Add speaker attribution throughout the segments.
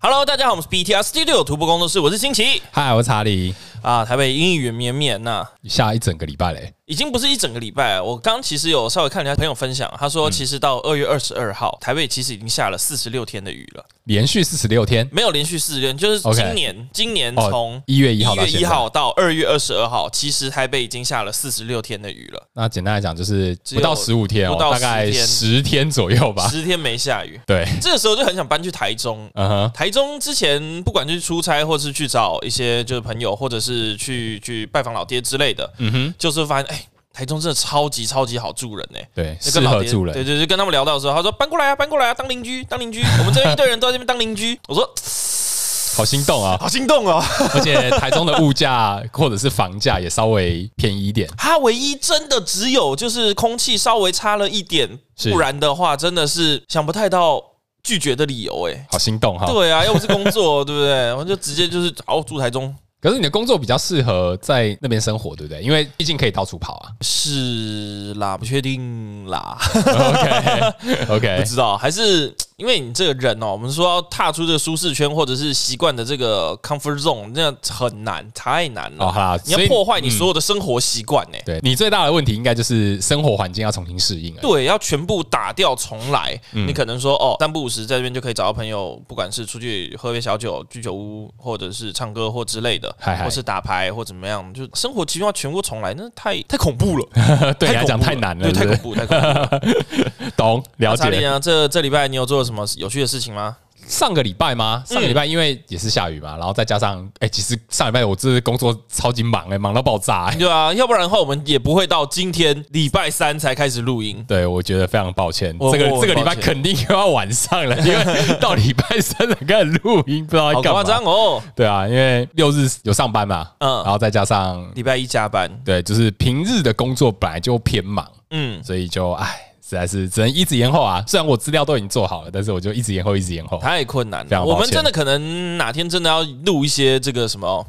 Speaker 1: Hello，大家好，我们是 BTR Studio 徒步工作室，我是新奇
Speaker 2: 嗨，我是查理，
Speaker 1: 啊。台北阴雨绵绵呐、
Speaker 2: 下一整个礼拜嘞，
Speaker 1: 已经不是一整个礼拜啊了。我刚其实有稍微看人家朋友分享，他
Speaker 2: 嗯
Speaker 1: 说其实到二月二十二号，台北其实已经下了四十六天的雨了，
Speaker 2: 连续四十六天，
Speaker 1: 没有连续四十天，就是今
Speaker 2: OK
Speaker 1: 年今年
Speaker 2: 哦
Speaker 1: 从
Speaker 2: 1月1
Speaker 1: 一
Speaker 2: 号到
Speaker 1: 月
Speaker 2: 现在
Speaker 1: 一号到二月二十二号，其实台北已经下了四十六天的雨了，
Speaker 2: 那简单来讲就是
Speaker 1: 只有
Speaker 2: 不到十五天哦
Speaker 1: 不到，
Speaker 2: 大概
Speaker 1: 10天
Speaker 2: 十天左右吧。
Speaker 1: 十天没下雨。
Speaker 2: 对，
Speaker 1: 这个时候就很想搬去台中，
Speaker 2: 嗯哼，
Speaker 1: 台中之前不管是出差，或是去找一些就是朋友，或者是去去拜访老爹之类的，
Speaker 2: 嗯哼，
Speaker 1: 就是发现哎、台中真的超级超级好住人呢、
Speaker 2: 对，
Speaker 1: 就
Speaker 2: 适
Speaker 1: 跟老
Speaker 2: 合
Speaker 1: 爹
Speaker 2: 住
Speaker 1: 对
Speaker 2: 人，
Speaker 1: 对，就跟他们聊到的时候，他说搬过来啊，搬过来啊，当邻居，当邻居，我们这边一堆人都在这边当邻居。我说
Speaker 2: 好心 动啊！
Speaker 1: 好心动哦，
Speaker 2: 而且台中的物价或者是房价也稍微便宜一点，
Speaker 1: 它唯一真的只有就是空气稍微差了一点，
Speaker 2: 是
Speaker 1: 不然的话真的是想不太到拒绝的理由哎、
Speaker 2: 好心动哈。
Speaker 1: 对啊，要不是工作，对不对？我就直接就是哦，住台中
Speaker 2: 可是你的工作比较适合在那边生活，对不对？因为毕竟可以到处跑啊。
Speaker 1: 是啦，不确定啦。
Speaker 2: OK
Speaker 1: 不
Speaker 2: OK，
Speaker 1: 知道，还是因为你这个人哦，我们说要踏出这个舒适圈，或者是习惯的这个 comfort zone，那很难，太难了。
Speaker 2: 哦好啦
Speaker 1: 你要
Speaker 2: 所以
Speaker 1: 破坏你所有的生活习惯欸呢。
Speaker 2: 对你最大的问题应该就是生活环境要重新适应了。
Speaker 1: 对，要全部打掉重来。
Speaker 2: 嗯
Speaker 1: 你可能说哦，三不五时在这边就可以找到朋友，不管是出去喝杯小酒、居酒屋，或者是唱歌或之类的，
Speaker 2: 嗨嗨
Speaker 1: 或是打牌或怎么样，就生活其中要全部重来，那太太恐怖了，
Speaker 2: 对你来讲
Speaker 1: 恐怖
Speaker 2: 太难了，
Speaker 1: 对，太
Speaker 2: 对
Speaker 1: 恐怖，
Speaker 2: 不
Speaker 1: 太 恐怖了。
Speaker 2: 对？懂了
Speaker 1: 查理
Speaker 2: 解。
Speaker 1: 呢？这这礼拜你有做什么有趣的事情吗？
Speaker 2: 上个礼拜吗？
Speaker 1: 嗯
Speaker 2: 上个礼拜因为也是下雨嘛，然后再加上哎、其实上礼拜我这工作超级忙哎、忙到爆炸、哎
Speaker 1: 对啊，要不然的话，我们也不会到今天礼拜三才开始录音。
Speaker 2: 对，我觉得非常抱歉，
Speaker 1: 我
Speaker 2: 这个
Speaker 1: 我
Speaker 2: 这个礼
Speaker 1: 抱
Speaker 2: 拜
Speaker 1: 歉
Speaker 2: 肯定又要晚上 了，因为到礼拜三才开始录音，不知道
Speaker 1: 好
Speaker 2: 在
Speaker 1: 夸
Speaker 2: 干嘛
Speaker 1: 张。哦！
Speaker 2: 对啊，因为六日有上班嘛，
Speaker 1: 嗯
Speaker 2: 然后再加上
Speaker 1: 礼拜一加班，
Speaker 2: 对，就是平日的工作本来就偏忙，
Speaker 1: 嗯，
Speaker 2: 所以就哎，实在是只能一直延后啊。虽然我资料都已经做好了，但是我就一直延后，一直延后。
Speaker 1: 太困难
Speaker 2: 非
Speaker 1: 了。
Speaker 2: 常
Speaker 1: 我
Speaker 2: 抱
Speaker 1: 们
Speaker 2: 歉
Speaker 1: 真的可能哪天真的要录一些这个什么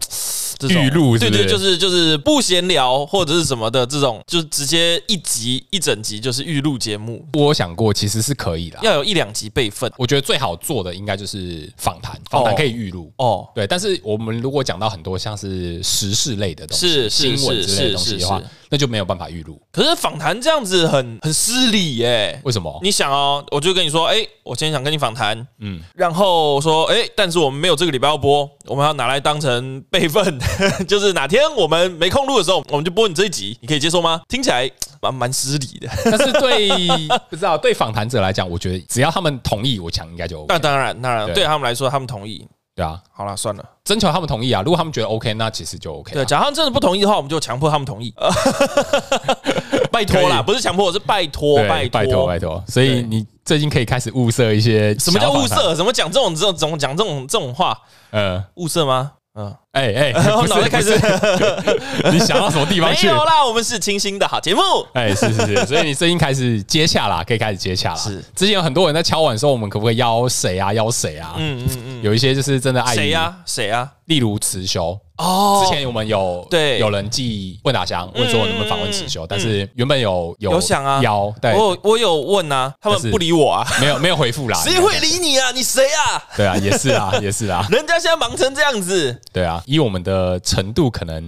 Speaker 1: 这种
Speaker 2: 预录是
Speaker 1: 对
Speaker 2: 不是
Speaker 1: 对，就是就是不闲聊或者是什么的这种，就直接一集一整集就是预录节目，
Speaker 2: 我想过其实是可以的，
Speaker 1: 要有一两集备份
Speaker 2: 我觉得最好做的应该就是访谈，访谈可以预录。
Speaker 1: 哦。
Speaker 2: 对，但是我们如果讲到很多像是时事类的东西、
Speaker 1: 是是
Speaker 2: 新闻之类的东
Speaker 1: 是
Speaker 2: 西
Speaker 1: 是
Speaker 2: 的话
Speaker 1: 是是，
Speaker 2: 那就没有办法预录。
Speaker 1: 可是访谈这样子很很失礼耶、
Speaker 2: 为什么？
Speaker 1: 你想哦，我就跟你说，哎、我今天想跟你访谈，嗯
Speaker 2: 嗯，
Speaker 1: 然后说，哎、但是我们没有这个礼拜要播，我们要拿来当成备份， 就是哪天我们没空录的时候，我们就播你这一集，你可以接受吗？听起来哎蛮蛮失礼的。
Speaker 2: 但是对不知道对访谈者来讲，我觉得只要他们同意，我想应该 就
Speaker 1: 那
Speaker 2: OK。
Speaker 1: 当然，当然，
Speaker 2: 对
Speaker 1: 对他们来说，他们同意。
Speaker 2: 对啊，
Speaker 1: 好了，算了。
Speaker 2: 征求他们同意啊。如果他们觉得 OK，那其实就 OK
Speaker 1: 对，
Speaker 2: 啊。
Speaker 1: 假如他们真的不同意的话，我们就强迫他们 同意。拜托啦，
Speaker 2: 可以
Speaker 1: 不是强迫，我是拜托，拜
Speaker 2: 拜托拜托。所以
Speaker 1: 对
Speaker 2: 你最近可以开始物色一些
Speaker 1: 什么叫物
Speaker 2: 小访谈？
Speaker 1: 色？怎么讲这种这种怎么讲这种这种话？
Speaker 2: 呃，
Speaker 1: 物色吗？嗯，
Speaker 2: 哎哎，
Speaker 1: 我
Speaker 2: 不
Speaker 1: 脑袋开
Speaker 2: 是开
Speaker 1: 始
Speaker 2: 始， 你想到什么地方
Speaker 1: 没
Speaker 2: 去？
Speaker 1: 有啦，我们是清新的好节目。
Speaker 2: 哎，是是是，所以你最近开始接洽啦，可以开始接洽啦。
Speaker 1: 是
Speaker 2: 之前有很多人在敲碗说，我们可不可以邀谁啊，邀谁啊？
Speaker 1: 嗯嗯嗯。
Speaker 2: 有一些就是真的爱
Speaker 1: 谁
Speaker 2: 于
Speaker 1: 呀、，谁啊呀、
Speaker 2: 例如辞修。
Speaker 1: 哦
Speaker 2: 之前我们有
Speaker 1: 对嗯
Speaker 2: 有人寄问答箱，问说我能不能访问辞修，但是原本有有
Speaker 1: 有想啊
Speaker 2: 邀，对，
Speaker 1: 我有我有问啊，他
Speaker 2: 但
Speaker 1: 们
Speaker 2: 是
Speaker 1: 不理我啊，
Speaker 2: 没有没有回复啦。
Speaker 1: 谁会理你啊？你谁啊？
Speaker 2: 对啊，也是啊，也是啊，
Speaker 1: 人家现在忙成这样子
Speaker 2: 对啊，以我们的程度，可能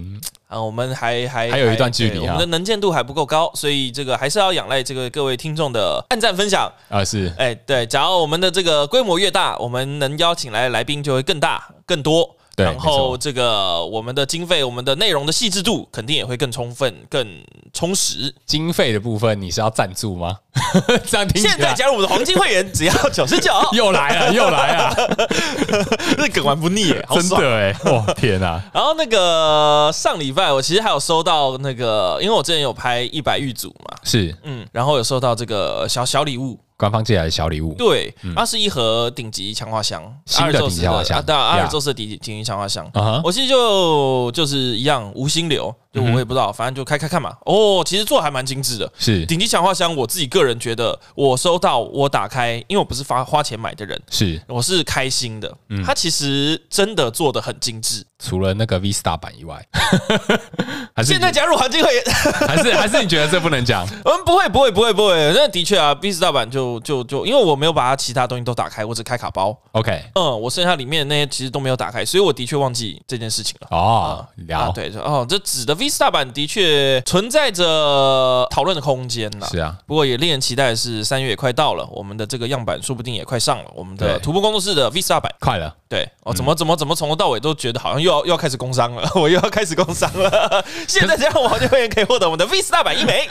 Speaker 1: 啊，我们还还
Speaker 2: 还有一段距离
Speaker 1: 对
Speaker 2: 啊
Speaker 1: 我们的能见度还不够高，所以这个还是要仰赖这个各位听众的按赞分享。
Speaker 2: 啊是
Speaker 1: 哎，对，假如我们的这个规模越大，我们能邀请来的来宾就会更大、更多。
Speaker 2: 对
Speaker 1: 然后
Speaker 2: 没错
Speaker 1: 这个我们的经费、我们的内容的细致度肯定也会更充分、更充实。
Speaker 2: 经费的部分，你是要赞助吗？ 这样听起
Speaker 1: 现在
Speaker 2: 来
Speaker 1: 加入我们的黄金会员只要九十 九，
Speaker 2: 又来了，又来了，
Speaker 1: 这梗玩不腻耶， 好
Speaker 2: 真
Speaker 1: 爽。
Speaker 2: 的哎，哇天啊！
Speaker 1: 然后那个上礼拜我其实还有收到那个，因为我之前有拍一百玉组嘛，
Speaker 2: 是
Speaker 1: 嗯，然后有收到这个小小礼物，
Speaker 2: 官方寄来的小礼物，
Speaker 1: 对，它是一盒顶级强化箱，
Speaker 2: 嗯新的
Speaker 1: 阿尔宙斯
Speaker 2: 顶级强化箱
Speaker 1: 啊对啊，阿尔
Speaker 2: Yeah
Speaker 1: 宙斯的顶级顶级强化箱。
Speaker 2: 啊哈，
Speaker 1: 我其实就就是一样无心流，就
Speaker 2: 嗯
Speaker 1: 我也不知道，反正就开开看嘛。哦，其实做得还蛮精致的。
Speaker 2: 是
Speaker 1: 顶级强化箱，我自己个人觉得，我收到我打开，因为我不是花花钱买的人，
Speaker 2: 是，
Speaker 1: 我是开心的。
Speaker 2: 嗯
Speaker 1: 它其实真的做的很精致。
Speaker 2: 除了那个 Vista 版以外， 还是
Speaker 1: 现在加入黄金会员，
Speaker 2: 还是还是你觉得这不能讲？
Speaker 1: 嗯，不会，不会，不会，不会。那的确啊，B 四大版就就就就因为我没有把它其他东西都打开，我只开卡包，
Speaker 2: OK，
Speaker 1: 嗯，我剩下里面的那些其实都没有打开，所以我的确忘记这件事情了。
Speaker 2: 哦，
Speaker 1: 啊，
Speaker 2: 聊，
Speaker 1: 对，就哦，这纸的 Vista 版的确存在着讨论的空间啦。
Speaker 2: 是啊，
Speaker 1: 不过也令人期待的是，三月也快到了，我们的这个样板说不定也快上了。我们的
Speaker 2: 对嗯
Speaker 1: 徒步工作室的 Vista 版，
Speaker 2: 快了，
Speaker 1: 对，哦，怎么怎么怎么从头到尾都觉得好像又要又要开始工商了， 我又要开始工商了。 现在这样，我好像永远可以获得我们的 Vista 版一 枚。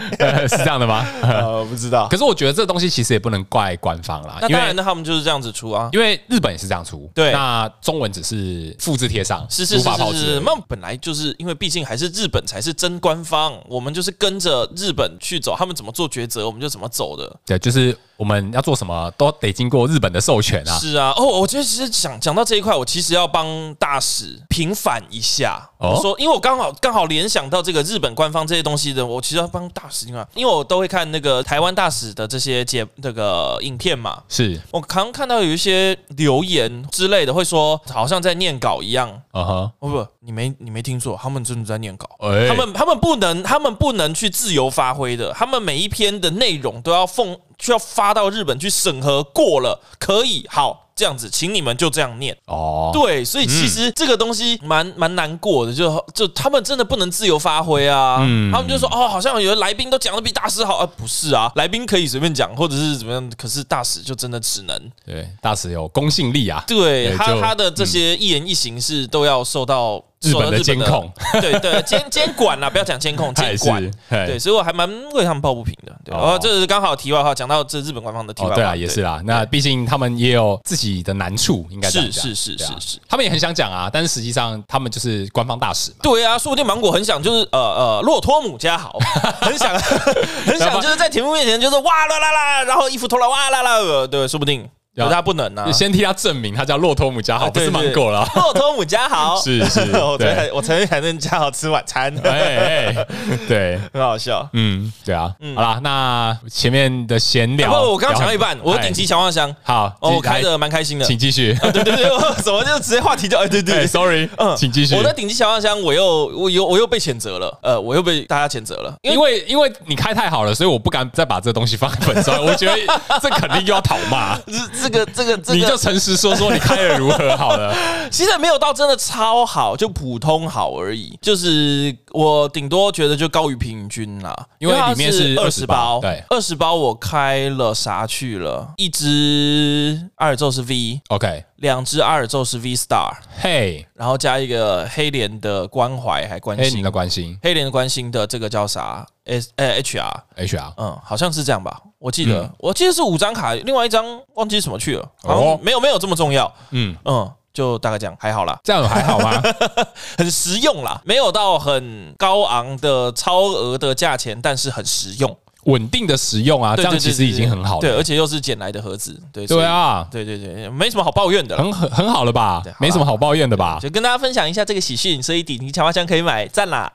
Speaker 2: 是这样 的吗？
Speaker 1: 呃，不知道。
Speaker 2: 可是我觉得这东西其实也不能怪官方啦
Speaker 1: 那，
Speaker 2: 因
Speaker 1: 当然，
Speaker 2: 为
Speaker 1: 那他们就是这样子出啊。
Speaker 2: 因为日本也是这样出，
Speaker 1: 对
Speaker 2: 那中文只是复制贴上，
Speaker 1: 是是
Speaker 2: 如
Speaker 1: 是
Speaker 2: 法炮
Speaker 1: 是
Speaker 2: 制而
Speaker 1: 是，
Speaker 2: 已。
Speaker 1: 那本来就是因为毕竟还是日本才是真官方，我们就是跟着日本去走，他们怎么做抉择，我们就怎么走的。
Speaker 2: 对，就是我们要做什么都得经过日本的授权啊。
Speaker 1: 是啊，哦，我觉得其实讲讲到这一块，我其实要帮大使平反一下。
Speaker 2: 哦
Speaker 1: 我说，因为我刚好刚好联想到这个日本官方这些东西的，我其实要帮大使平反，因为我都会看那个台湾大使的这些节那个影片嘛。
Speaker 2: 是，
Speaker 1: 我常看到有一些留言之类的，会说好像在念稿一样。
Speaker 2: 嗯哼，
Speaker 1: 哦不，你没你没听错，他们真的在念稿。
Speaker 2: 哎
Speaker 1: 他们他们不能，他们不能去自由发挥的，他们每一篇的内容都要奉，就要发到日本去审核过了，可以好这样子，请你们就这样念。
Speaker 2: 哦，
Speaker 1: 对，所以其实这个东西蛮蛮难过的，就就他们真的不能自由发挥啊。
Speaker 2: 嗯
Speaker 1: 他们就说哦，好像有的来宾都讲的比大师好啊，不是啊，来宾可以随便讲或者是怎么样，可是大使就真的只能
Speaker 2: 对，大使有公信力啊，
Speaker 1: 对
Speaker 2: 对
Speaker 1: 他
Speaker 2: 就嗯
Speaker 1: 他的这些一言一行是都要受到
Speaker 2: 日
Speaker 1: 受到
Speaker 2: 本的监控，
Speaker 1: 对对监监管啊啦，不要讲监控，
Speaker 2: 他也
Speaker 1: 监
Speaker 2: 是
Speaker 1: 管。，对，
Speaker 2: 对，
Speaker 1: 所以我还蛮为他们抱不平的。对，
Speaker 2: 哦
Speaker 1: 哦，这是刚好题外话，讲到这日本官方的题外
Speaker 2: 哦，
Speaker 1: 话，
Speaker 2: 对啊，也是啦。那毕竟他们也有自己的难处，应该这样
Speaker 1: 是
Speaker 2: 讲
Speaker 1: 是是
Speaker 2: 对啊
Speaker 1: 是是
Speaker 2: 他们也很想讲啊，但是实际上他们就是官方大使嘛。
Speaker 1: 对啊，说不定芒果很想就是呃呃洛托姆家豪，很想 很想就是在铁幕面前就是哇啦啦啦，然后衣服脱了哇啦啦，呃对，说不定，
Speaker 2: 对
Speaker 1: 可
Speaker 2: 啊
Speaker 1: 是他不能啊
Speaker 2: 就。先替他证明他叫洛托姆加
Speaker 1: 啊
Speaker 2: 好，哦不
Speaker 1: 对
Speaker 2: 是
Speaker 1: 对哦
Speaker 2: 芒果啦。
Speaker 1: 洛托姆家豪
Speaker 2: 是是
Speaker 1: 我昨天
Speaker 2: 对
Speaker 1: 还我昨天还跟家豪吃晚 餐，
Speaker 2: 哎，哎对，
Speaker 1: 很好笑。
Speaker 2: 嗯，对啊，好啦，那前面的闲
Speaker 1: 啊
Speaker 2: 聊，
Speaker 1: 不，我刚刚讲到一
Speaker 2: 聊
Speaker 1: 半，
Speaker 2: 很
Speaker 1: 我的顶级
Speaker 2: 哎
Speaker 1: 强望箱，
Speaker 2: 好，
Speaker 1: 哦，
Speaker 2: 继续
Speaker 1: 我开的蛮开心的。
Speaker 2: 请继续。
Speaker 1: 对对对，我怎么就直接话题就哎，对
Speaker 2: 对
Speaker 1: 对，
Speaker 2: ，sorry，
Speaker 1: 嗯
Speaker 2: 请继续
Speaker 1: 我。的顶级小望箱，我又我又我又被谴责了，呃，我又被大家谴责了，因
Speaker 2: 因
Speaker 1: 为
Speaker 2: 为因为你开太好了，所以我不敢再把这东西放在粉上。我觉得这肯定又要讨骂。
Speaker 1: 这这个这个这
Speaker 2: 你就
Speaker 1: 个，
Speaker 2: 诚实说说你开的如何好 了。
Speaker 1: 其实没有到真的超好，就普通好而已，就是我顶多觉得就高于平均啦，
Speaker 2: 因为
Speaker 1: 它
Speaker 2: 里面是
Speaker 1: 二十包，
Speaker 2: 20对
Speaker 1: 二十包我开了啥去了？一只阿尔宙斯 V，
Speaker 2: OK，
Speaker 1: 两只阿尔宙斯 V Star，
Speaker 2: 嘿，
Speaker 1: 然后加一个黑莲的关怀还关
Speaker 2: 哎，你
Speaker 1: 心，
Speaker 2: 的关心
Speaker 1: 黑莲的关心的这个叫啥？S 呃 HR。
Speaker 2: HR，
Speaker 1: 嗯，好像是这样吧，我记得，我记得是五张卡，另外一张忘记什么去了，好
Speaker 2: 嗯哦
Speaker 1: 像没有没有这么重要，
Speaker 2: 嗯，
Speaker 1: 嗯，就大概这样，还好啦，
Speaker 2: 这样还好 吗？
Speaker 1: 很实用啦，没有到很高昂的超额的价钱，但是很实用，
Speaker 2: 稳定的使用啊，这
Speaker 1: 对
Speaker 2: 样
Speaker 1: 对
Speaker 2: 其
Speaker 1: 对
Speaker 2: 实已
Speaker 1: 对
Speaker 2: 经很好
Speaker 1: 对，
Speaker 2: 了。
Speaker 1: 而且又是捡来的盒子，对，所以
Speaker 2: 对，啊，
Speaker 1: 对对对，没什么好抱怨的啦。
Speaker 2: 很很很好了吧
Speaker 1: 对好？啦
Speaker 2: 没什么好抱怨的吧？
Speaker 1: 就跟大家分享一下这个喜讯，所以底尼强花箱可以买，赞啦！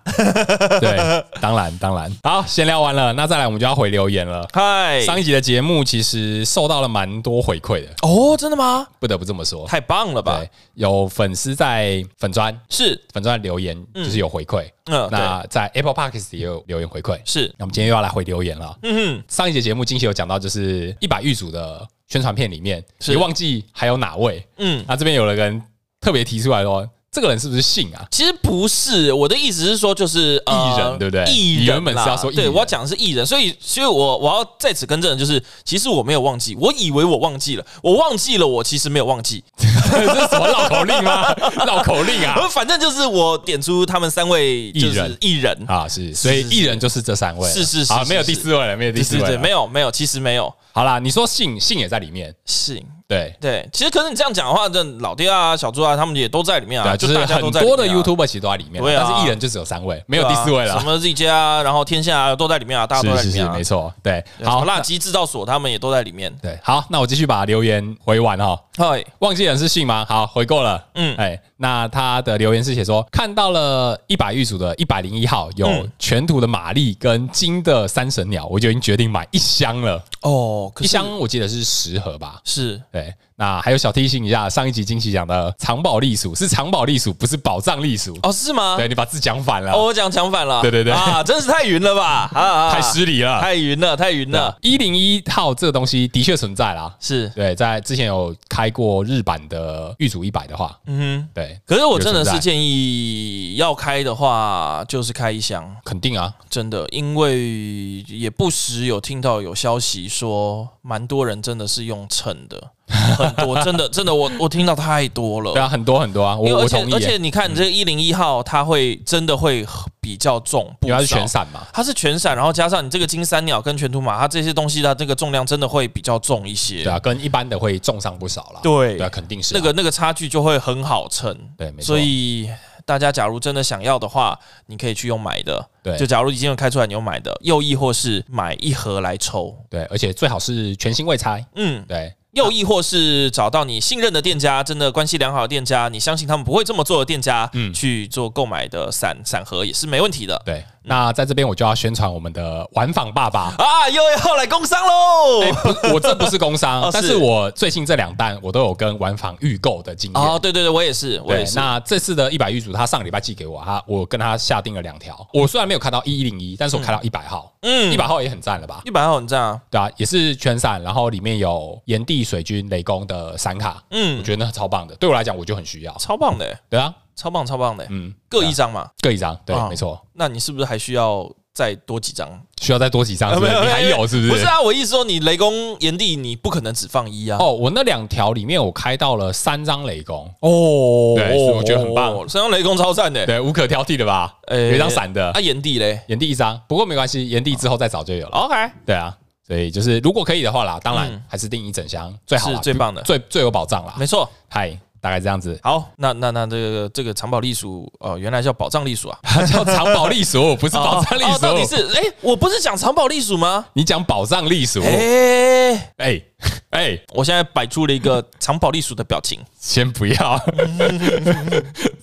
Speaker 2: 对，当然当然。好，闲聊完了，那再来我们就要回留言了。
Speaker 1: 嗨，
Speaker 2: 上一集的节目其实受到了蛮多回馈的，
Speaker 1: 哦，真的吗？
Speaker 2: 不得不这么说。
Speaker 1: 太棒了吧
Speaker 2: 对！，有粉丝在粉砖
Speaker 1: 是，
Speaker 2: 粉砖留言，就是有回馈。
Speaker 1: 嗯，对，
Speaker 2: 那在 Apple Park 也有留言回馈。
Speaker 1: 是，
Speaker 2: 那我们今天又要来回留言了。
Speaker 1: 嗯
Speaker 2: 上一节节目惊喜有讲到，就是一百玉组的宣传片里面，
Speaker 1: 是
Speaker 2: 也忘记还有哪位。
Speaker 1: 哼嗯，
Speaker 2: 那这边有了个人特别提出来说，这个人是不是姓啊？
Speaker 1: 其实不是，我的意思是说，就是呃
Speaker 2: 艺人对不对
Speaker 1: 艺人
Speaker 2: 你
Speaker 1: 啦
Speaker 2: 原本是要说艺人
Speaker 1: 对我要讲的是艺人，所以，所以我我要在此更正，就是其实我没有忘记，我以为我忘记了，我忘记了，我其实没有忘记，
Speaker 2: 这是什么绕口令吗？ 绕口令啊！
Speaker 1: 而反正就是我点出他们三位就是
Speaker 2: 艺人
Speaker 1: 艺人，
Speaker 2: 啊，是，所以
Speaker 1: 是是
Speaker 2: 艺人就是这三位了，
Speaker 1: 是是是
Speaker 2: 啊，
Speaker 1: 是
Speaker 2: 没有
Speaker 1: 是
Speaker 2: 第四位了，没有第
Speaker 1: 对
Speaker 2: 四
Speaker 1: 对
Speaker 2: 位
Speaker 1: 对，
Speaker 2: 了，
Speaker 1: 没有没有，其实没有，
Speaker 2: 好啦，你说姓姓也在里面，
Speaker 1: 是。
Speaker 2: 对
Speaker 1: 对，其实可是你这样讲的话，这老爹啊、小猪啊，他们也都在里面
Speaker 2: 对
Speaker 1: 啊，
Speaker 2: 啊，就是
Speaker 1: 大家
Speaker 2: 很
Speaker 1: 都在里
Speaker 2: 多
Speaker 1: 面啊
Speaker 2: 的 YouTuber 其实都在里面，
Speaker 1: 对啊
Speaker 2: 但是艺人就只有三位，没
Speaker 1: 对
Speaker 2: 有
Speaker 1: 啊
Speaker 2: 第四位了
Speaker 1: 什。么 Z 家啊，然后天下啊都在里面啊，大家都
Speaker 2: 是
Speaker 1: 在
Speaker 2: 是
Speaker 1: 里面
Speaker 2: 是，
Speaker 1: 啊
Speaker 2: 没，错，对，
Speaker 1: 对什
Speaker 2: 好
Speaker 1: 么，辣鸡制造所他们也都在里面，
Speaker 2: 对，好，那我继续把留言回完哦。
Speaker 1: 嗨，
Speaker 2: 忘记人是姓吗？好，回过了。
Speaker 1: 嗯
Speaker 2: 哎，那他的留言是写说，看到了一百玉组的一百零一号有
Speaker 1: 嗯
Speaker 2: 全图的玛丽跟金的三神鸟，我就已经决定买一箱了。
Speaker 1: 哦，可
Speaker 2: 一
Speaker 1: 是
Speaker 2: 箱我记得是十盒吧。
Speaker 1: 是
Speaker 2: 对，那还有小提醒一下，上一集惊喜讲的藏宝栗鼠是藏宝栗鼠，不是宝藏栗鼠。
Speaker 1: 哦，是吗？
Speaker 2: 对你把字讲反了，
Speaker 1: 哦，我讲讲反了，
Speaker 2: 对对对
Speaker 1: 啊，真是太云了 吧，啊啊，啊
Speaker 2: 太失礼了。啊
Speaker 1: 太云了，太云了，
Speaker 2: 一零一号这个东西的确存在啦。
Speaker 1: 是，
Speaker 2: 对，在之前有开过日版的玉组一百的话，
Speaker 1: 嗯哼。
Speaker 2: 对，
Speaker 1: 可是我真的
Speaker 2: 有存
Speaker 1: 是
Speaker 2: 在
Speaker 1: 建议要开的话，就是开一箱，
Speaker 2: 肯定啊，
Speaker 1: 真的，因为也不时有听到有消息说，蛮多人真的是用秤的，很多，真的，真的，我我听到太多了。
Speaker 2: 对啊，很多很多啊，
Speaker 1: 因为
Speaker 2: 我
Speaker 1: 而
Speaker 2: 我
Speaker 1: 且
Speaker 2: 同意
Speaker 1: 而
Speaker 2: 耶，嗯
Speaker 1: 且你看，你这个一零一号，它会真的会比较重，不
Speaker 2: 因为它是
Speaker 1: 少
Speaker 2: 全散嘛，
Speaker 1: 它是全闪，然后加上你这个金三鸟跟全图马，它这些东西的这个重量真的会比较重一些。
Speaker 2: 对啊，跟一般的会重伤不少啦。
Speaker 1: 对
Speaker 2: 对啊，肯定是啊
Speaker 1: 那个那个差距就会很好称。
Speaker 2: 对，没错。
Speaker 1: 所以大家假如真的想要的话，你可以去用买的。
Speaker 2: 对
Speaker 1: 就假如已经有开出来，你用买的，又亦或是买一盒来抽。
Speaker 2: 对，而且最好是全新未拆，
Speaker 1: 嗯，
Speaker 2: 对
Speaker 1: 又亦或是找到你信任的店家，真的关系良好的店家，你相信他们不会这么做的店家，
Speaker 2: 嗯
Speaker 1: 去做购买的散散盒也是没问题的。
Speaker 2: 对。那在这边我就要宣传我们的玩访爸爸。
Speaker 1: 啊，又要来工商喽！
Speaker 2: 哎不，我这不是工商，
Speaker 1: 哦
Speaker 2: 但
Speaker 1: 是
Speaker 2: 是我最近这两弹我都有跟玩访预购的经验。
Speaker 1: 哦，对对对，我也是，我
Speaker 2: 对
Speaker 1: 也，是。
Speaker 2: 那这次的一百玉组，他上个礼拜寄给我，他我跟他下定了两条。我虽然没有看到一一零一，但是我看到一百号，
Speaker 1: 哦嗯
Speaker 2: 一，百号也很赞了吧？
Speaker 1: 一百号很赞啊。
Speaker 2: 对啊，也是全散，然后里面有炎帝、水军、雷公的闪卡，我
Speaker 1: 嗯，
Speaker 2: 觉得那超棒的。对我来讲，我就很需要。
Speaker 1: 超棒的欸，
Speaker 2: 对啊，
Speaker 1: 超棒，超棒的欸，
Speaker 2: 嗯，
Speaker 1: 各一张嘛。
Speaker 2: 各一张，对
Speaker 1: 啊，
Speaker 2: 没错，
Speaker 1: 那你是不是还需要再多几张？
Speaker 2: 需要再多几张，啊是不是？
Speaker 1: 呃没有
Speaker 2: 你还有是不是？
Speaker 1: 不是啊，我意思说你雷公炎帝，你不可能只放一啊。
Speaker 2: 哦，我那两条里面我开到了三张 雷公，
Speaker 1: 哦
Speaker 2: 对所以我觉得很棒
Speaker 1: 三张雷公超赞的。
Speaker 2: 对，无可挑剔的吧？
Speaker 1: 诶
Speaker 2: 有一张闪的
Speaker 1: 啊，，炎帝嘞
Speaker 2: 炎帝一张，不过没关系，炎帝之后再找就有了。
Speaker 1: ，OK，
Speaker 2: 对啊，所以就是如果可以的话啦，当
Speaker 1: 嗯
Speaker 2: 然还是订一整箱最好啦
Speaker 1: 是最棒的
Speaker 2: 最最有保障啦。
Speaker 1: 没错。。
Speaker 2: 嗨，大概这样子
Speaker 1: 好，那那那这个这个藏宝栗鼠，哦，原来叫宝藏栗鼠啊，
Speaker 2: 它叫藏宝栗鼠， 不是宝藏栗
Speaker 1: 哦哦到底
Speaker 2: 鼠。
Speaker 1: 是哎，我不是讲藏宝栗鼠吗？
Speaker 2: 你讲宝藏栗
Speaker 1: 哦
Speaker 2: 鼠，
Speaker 1: 哎，
Speaker 2: 哎 哎，
Speaker 1: 我现在摆出了一个藏宝栗鼠的表情，
Speaker 2: 先不 要，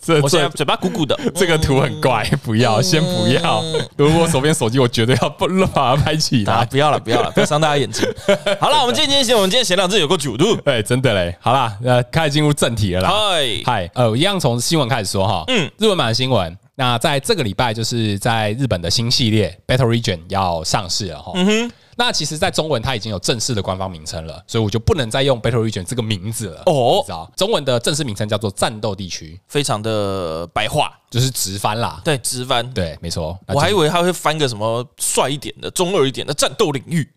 Speaker 2: 这
Speaker 1: 我现在
Speaker 2: 这
Speaker 1: 嘴巴鼓鼓的，
Speaker 2: 这个图很怪，
Speaker 1: 嗯
Speaker 2: 不要，先不要。如果我手边手机，我绝对要不把它拍起
Speaker 1: 啊，
Speaker 2: 来。
Speaker 1: 不要了，不要了，不要伤大家眼睛。 好了，我们今天先，我们今天闲聊这有个九 度。
Speaker 2: 对，哎真的嘞。好啦，呃，开始进入正题了啦。
Speaker 1: 嗨，
Speaker 2: 嗨，呃，我一样从新闻开始说哈。
Speaker 1: 嗯
Speaker 2: 嗯，日文版的新闻。那在这个礼拜，就是在日本的新系列 Battle Region 要上市了哈。嗯哼。那其实，在中文它已经有正式的官方名称了，所以我就不能再用 Battle Region 这个名字了。
Speaker 1: 哦
Speaker 2: 哦，知道，中文的正式名称叫做战斗地区，
Speaker 1: 非常的白话，
Speaker 2: 就是直翻啦。
Speaker 1: 对，啊直翻。
Speaker 2: 对，没错。那
Speaker 1: 我还
Speaker 2: 就
Speaker 1: 以为他会翻个什么帅一点的、中二一点的战斗领域，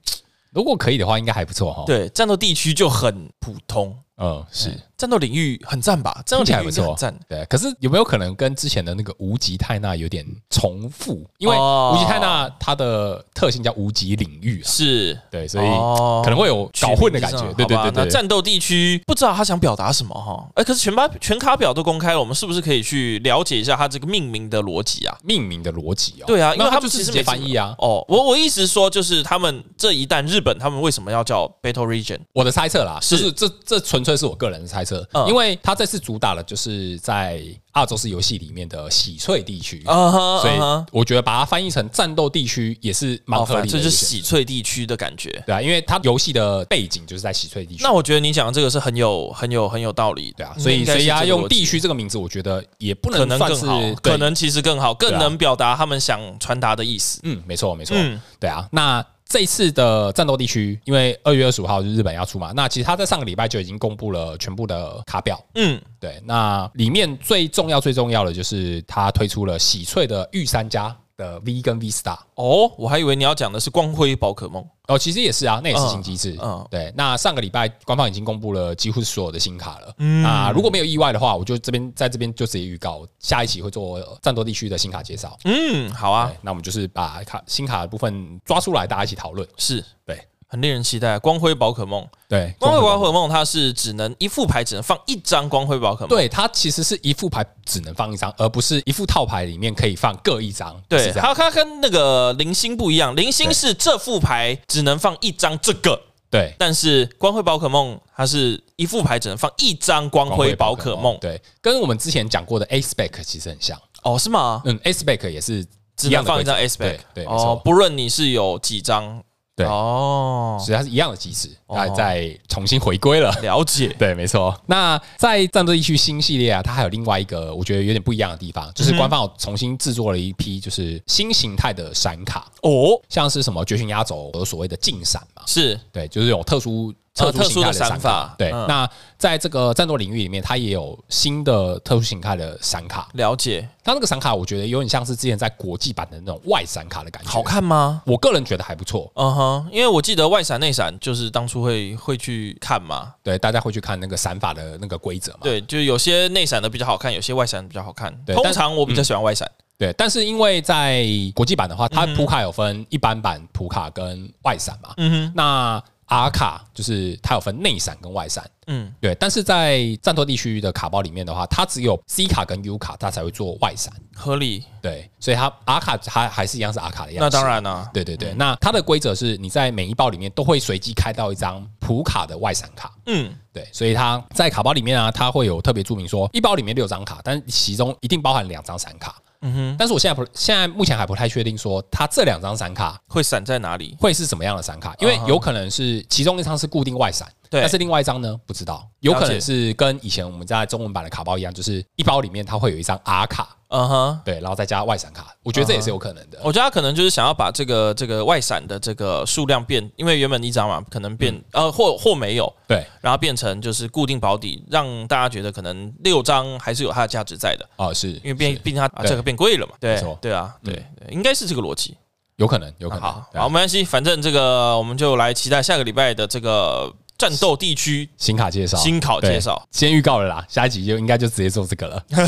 Speaker 2: 如果可以的话，应该还不错哈。，
Speaker 1: 对，战斗地区就很普通，
Speaker 2: 嗯，是。
Speaker 1: 战斗领域很赞吧？战斗
Speaker 2: 听起
Speaker 1: 领
Speaker 2: 来
Speaker 1: 域
Speaker 2: 不
Speaker 1: 应该
Speaker 2: 错
Speaker 1: 很赞，
Speaker 2: 对。可是有没有可能跟之前的那个无极泰纳有点重复？因为
Speaker 1: 哦
Speaker 2: 无极泰纳它的特性叫无极领域啊，
Speaker 1: 是
Speaker 2: 对，所以
Speaker 1: 哦
Speaker 2: 可能会有搞混的感觉
Speaker 1: 取名。字
Speaker 2: 对
Speaker 1: 上
Speaker 2: 对
Speaker 1: 啊好吧
Speaker 2: 对
Speaker 1: 那
Speaker 2: 对，
Speaker 1: 战斗地区不知道他想表达什么哈？哎，可是全把全卡表都公开了，我们是不是可以去了解一下他这个命名的逻辑啊？
Speaker 2: 命名的逻辑哦。
Speaker 1: 对啊，因为
Speaker 2: 那
Speaker 1: 他
Speaker 2: 它
Speaker 1: 们
Speaker 2: 就
Speaker 1: 其
Speaker 2: 是
Speaker 1: 实没
Speaker 2: 直接
Speaker 1: 什么
Speaker 2: 翻译啊。
Speaker 1: 哦，我我意思是说，就是他们这一代日本，他们为什么要叫 Battle Region？
Speaker 2: 我的猜测啦，
Speaker 1: 是
Speaker 2: 就是这这纯粹是我个人的猜测
Speaker 1: 嗯，
Speaker 2: 因为它这次主打的就是在亚洲式游戏里面的喜翠地区，
Speaker 1: 啊哈
Speaker 2: 嗯所以
Speaker 1: 啊哈
Speaker 2: 我觉得把它翻译成战斗地区也是蛮
Speaker 1: 哦
Speaker 2: 合
Speaker 1: 反
Speaker 2: 理
Speaker 1: 正
Speaker 2: 的
Speaker 1: 就是
Speaker 2: 一个选择。
Speaker 1: 喜翠地区的感觉。
Speaker 2: 对啊，因为它游戏的背景就是在喜翠地区。
Speaker 1: 那我觉得你讲的这个是很有、很有、很有道理
Speaker 2: 对啊，
Speaker 1: 嗯
Speaker 2: 所以
Speaker 1: 应该
Speaker 2: 所
Speaker 1: 是
Speaker 2: 以啊，
Speaker 1: 这个
Speaker 2: 用
Speaker 1: 逻辑
Speaker 2: 地区这个名字，我觉得也不
Speaker 1: 可
Speaker 2: 能
Speaker 1: 能
Speaker 2: 算
Speaker 1: 更
Speaker 2: 是
Speaker 1: 好，
Speaker 2: 对
Speaker 1: 可能其实更好，更
Speaker 2: 对啊
Speaker 1: 能表达他们想传达的意思。
Speaker 2: 嗯，没错没错，
Speaker 1: 嗯
Speaker 2: 对啊。那这一次的战斗地区，因为二月二十五号就是日本要出嘛，那其实他在上个礼拜就已经公布了全部的卡表。
Speaker 1: 嗯，
Speaker 2: 对，那里面最重要最重要的就是他推出了喜翠的御三家的 V 跟 V Star。
Speaker 1: 哦，我还以为你要讲的是光辉宝可梦。
Speaker 2: 哦，其实也是啊，那也是新机制。
Speaker 1: 嗯嗯
Speaker 2: 对。那上个礼拜官方已经公布了几乎所有的新卡了。
Speaker 1: 嗯
Speaker 2: 那如果没有意外的话，我就这边在这边就直接预告，下一期会做战斗地区的新卡介绍。
Speaker 1: 嗯，好啊
Speaker 2: 对，那我们就是把卡新卡的部分抓出来，大家一起讨论。
Speaker 1: 是
Speaker 2: 对
Speaker 1: 很令人期待。光辉宝可梦，
Speaker 2: 对，
Speaker 1: 光辉宝可梦它是只能一副牌只能放一张光辉宝可梦。
Speaker 2: 对它其实是一副牌只能放一张，而不是一副套牌里面可以放各一张。
Speaker 1: 对，
Speaker 2: 是这样。
Speaker 1: 它它跟那个零星不一样，零星
Speaker 2: 对
Speaker 1: 是这副牌只能放一张这个。
Speaker 2: 对，
Speaker 1: 但是光辉宝可梦它是一副牌只能放一张光辉宝可梦，
Speaker 2: 对，跟我们之前讲过的 A spec 其实很像。
Speaker 1: 哦，是吗？
Speaker 2: 嗯，A spec 也是
Speaker 1: 只
Speaker 2: 一
Speaker 1: 能
Speaker 2: 样的
Speaker 1: 放
Speaker 2: 规
Speaker 1: 一
Speaker 2: 则
Speaker 1: 张 S back，
Speaker 2: 对对没
Speaker 1: 哦
Speaker 2: 错，
Speaker 1: 不论你是有几张，
Speaker 2: 对
Speaker 1: 哦，
Speaker 2: 所以它是一样的机制，
Speaker 1: 哦
Speaker 2: 它再重新回归了。
Speaker 1: 了解，
Speaker 2: 对，没错。那在战争地区新系列啊，它还有另外一个我觉得有点不一样的地方，就是
Speaker 1: 嗯
Speaker 2: 官方有重新制作了一批就是新形态的闪卡，
Speaker 1: 哦，
Speaker 2: 像是什么绝旬压轴有所谓的禁闪嘛，
Speaker 1: 是
Speaker 2: 对，就是有特殊
Speaker 1: 呃
Speaker 2: 特殊形态
Speaker 1: 特
Speaker 2: 的
Speaker 1: 殊的闪
Speaker 2: 闪
Speaker 1: 法
Speaker 2: 卡。对，
Speaker 1: 嗯
Speaker 2: 那在这个战斗领域里面，它也有新的特殊形态的闪卡。
Speaker 1: 了解，
Speaker 2: 它那个闪卡，我觉得有点像是之前在国际版的那种外闪卡的感觉，
Speaker 1: 好。看吗？
Speaker 2: 我个人觉得还不错，
Speaker 1: 嗯哼，因为我记得外闪内闪就是当初会会去看嘛，
Speaker 2: 对，大家会去看那个闪法的那个规则嘛。
Speaker 1: 对，就有些内闪的比较好看，有些外闪比较好看。
Speaker 2: 对
Speaker 1: 通
Speaker 2: 但
Speaker 1: 常我比较喜欢外闪，
Speaker 2: 对，但是因为在国际版的话，它普卡有分一般版普卡跟外闪嘛。
Speaker 1: 嗯
Speaker 2: 那 R 卡就是它有分内闪跟外闪。
Speaker 1: 哼，嗯，
Speaker 2: 对，但是在战斗地区的卡包里面的话，它只有 C 卡跟 U 卡，它才会做外闪。
Speaker 1: 合理。
Speaker 2: 对，所以它 R 卡它还是一样是 R 卡的样子。
Speaker 1: 那当。然啦、啊
Speaker 2: 对对对，那它的规则是你在每一包里面都会随机开到一张普卡的外闪卡。
Speaker 1: 嗯，
Speaker 2: 对，所以它在卡包里面啊，它会有特别注明说，一包里面六张卡，但其中一定包含两张闪卡。嗯哼，但是我现在不，现在目前还不太确定说它这两张闪卡
Speaker 1: 会闪在哪里？
Speaker 2: 会是什么样的闪卡，因为
Speaker 1: 嗯哼
Speaker 2: 有可能是其中一张是固定外闪，
Speaker 1: 对
Speaker 2: 但是另外一张呢不知道，有可能是跟以前我们在中文版的卡包一样，就是一包里面它会有一张 R 卡，
Speaker 1: 嗯哼，
Speaker 2: 对，然后再加外闪卡，我觉得这也
Speaker 1: 嗯
Speaker 2: 是有可能的。
Speaker 1: 我觉得他可能就是想要把这个这个外闪的这个数量变，因为原本一张嘛，可能变、
Speaker 2: 嗯
Speaker 1: 呃或或没有，
Speaker 2: 对，
Speaker 1: 然后变成就是固定保底，让大家觉得可能六张还是有它的价值在的，
Speaker 2: 哦，是，
Speaker 1: 因为变
Speaker 2: 是
Speaker 1: 毕竟它、啊、
Speaker 2: 对
Speaker 1: 这个变贵了嘛，对
Speaker 2: 没错嗯
Speaker 1: 对啊，对对，应该是这个逻辑。
Speaker 2: 有可能，有可能。
Speaker 1: 好
Speaker 2: 对啊
Speaker 1: 好，没关系，反正这个我们就来期待下个礼拜的这个战斗地区
Speaker 2: 新卡介绍，
Speaker 1: 新考介绍。
Speaker 2: 先预告了啦，下一集就应该就直接做这个 了。对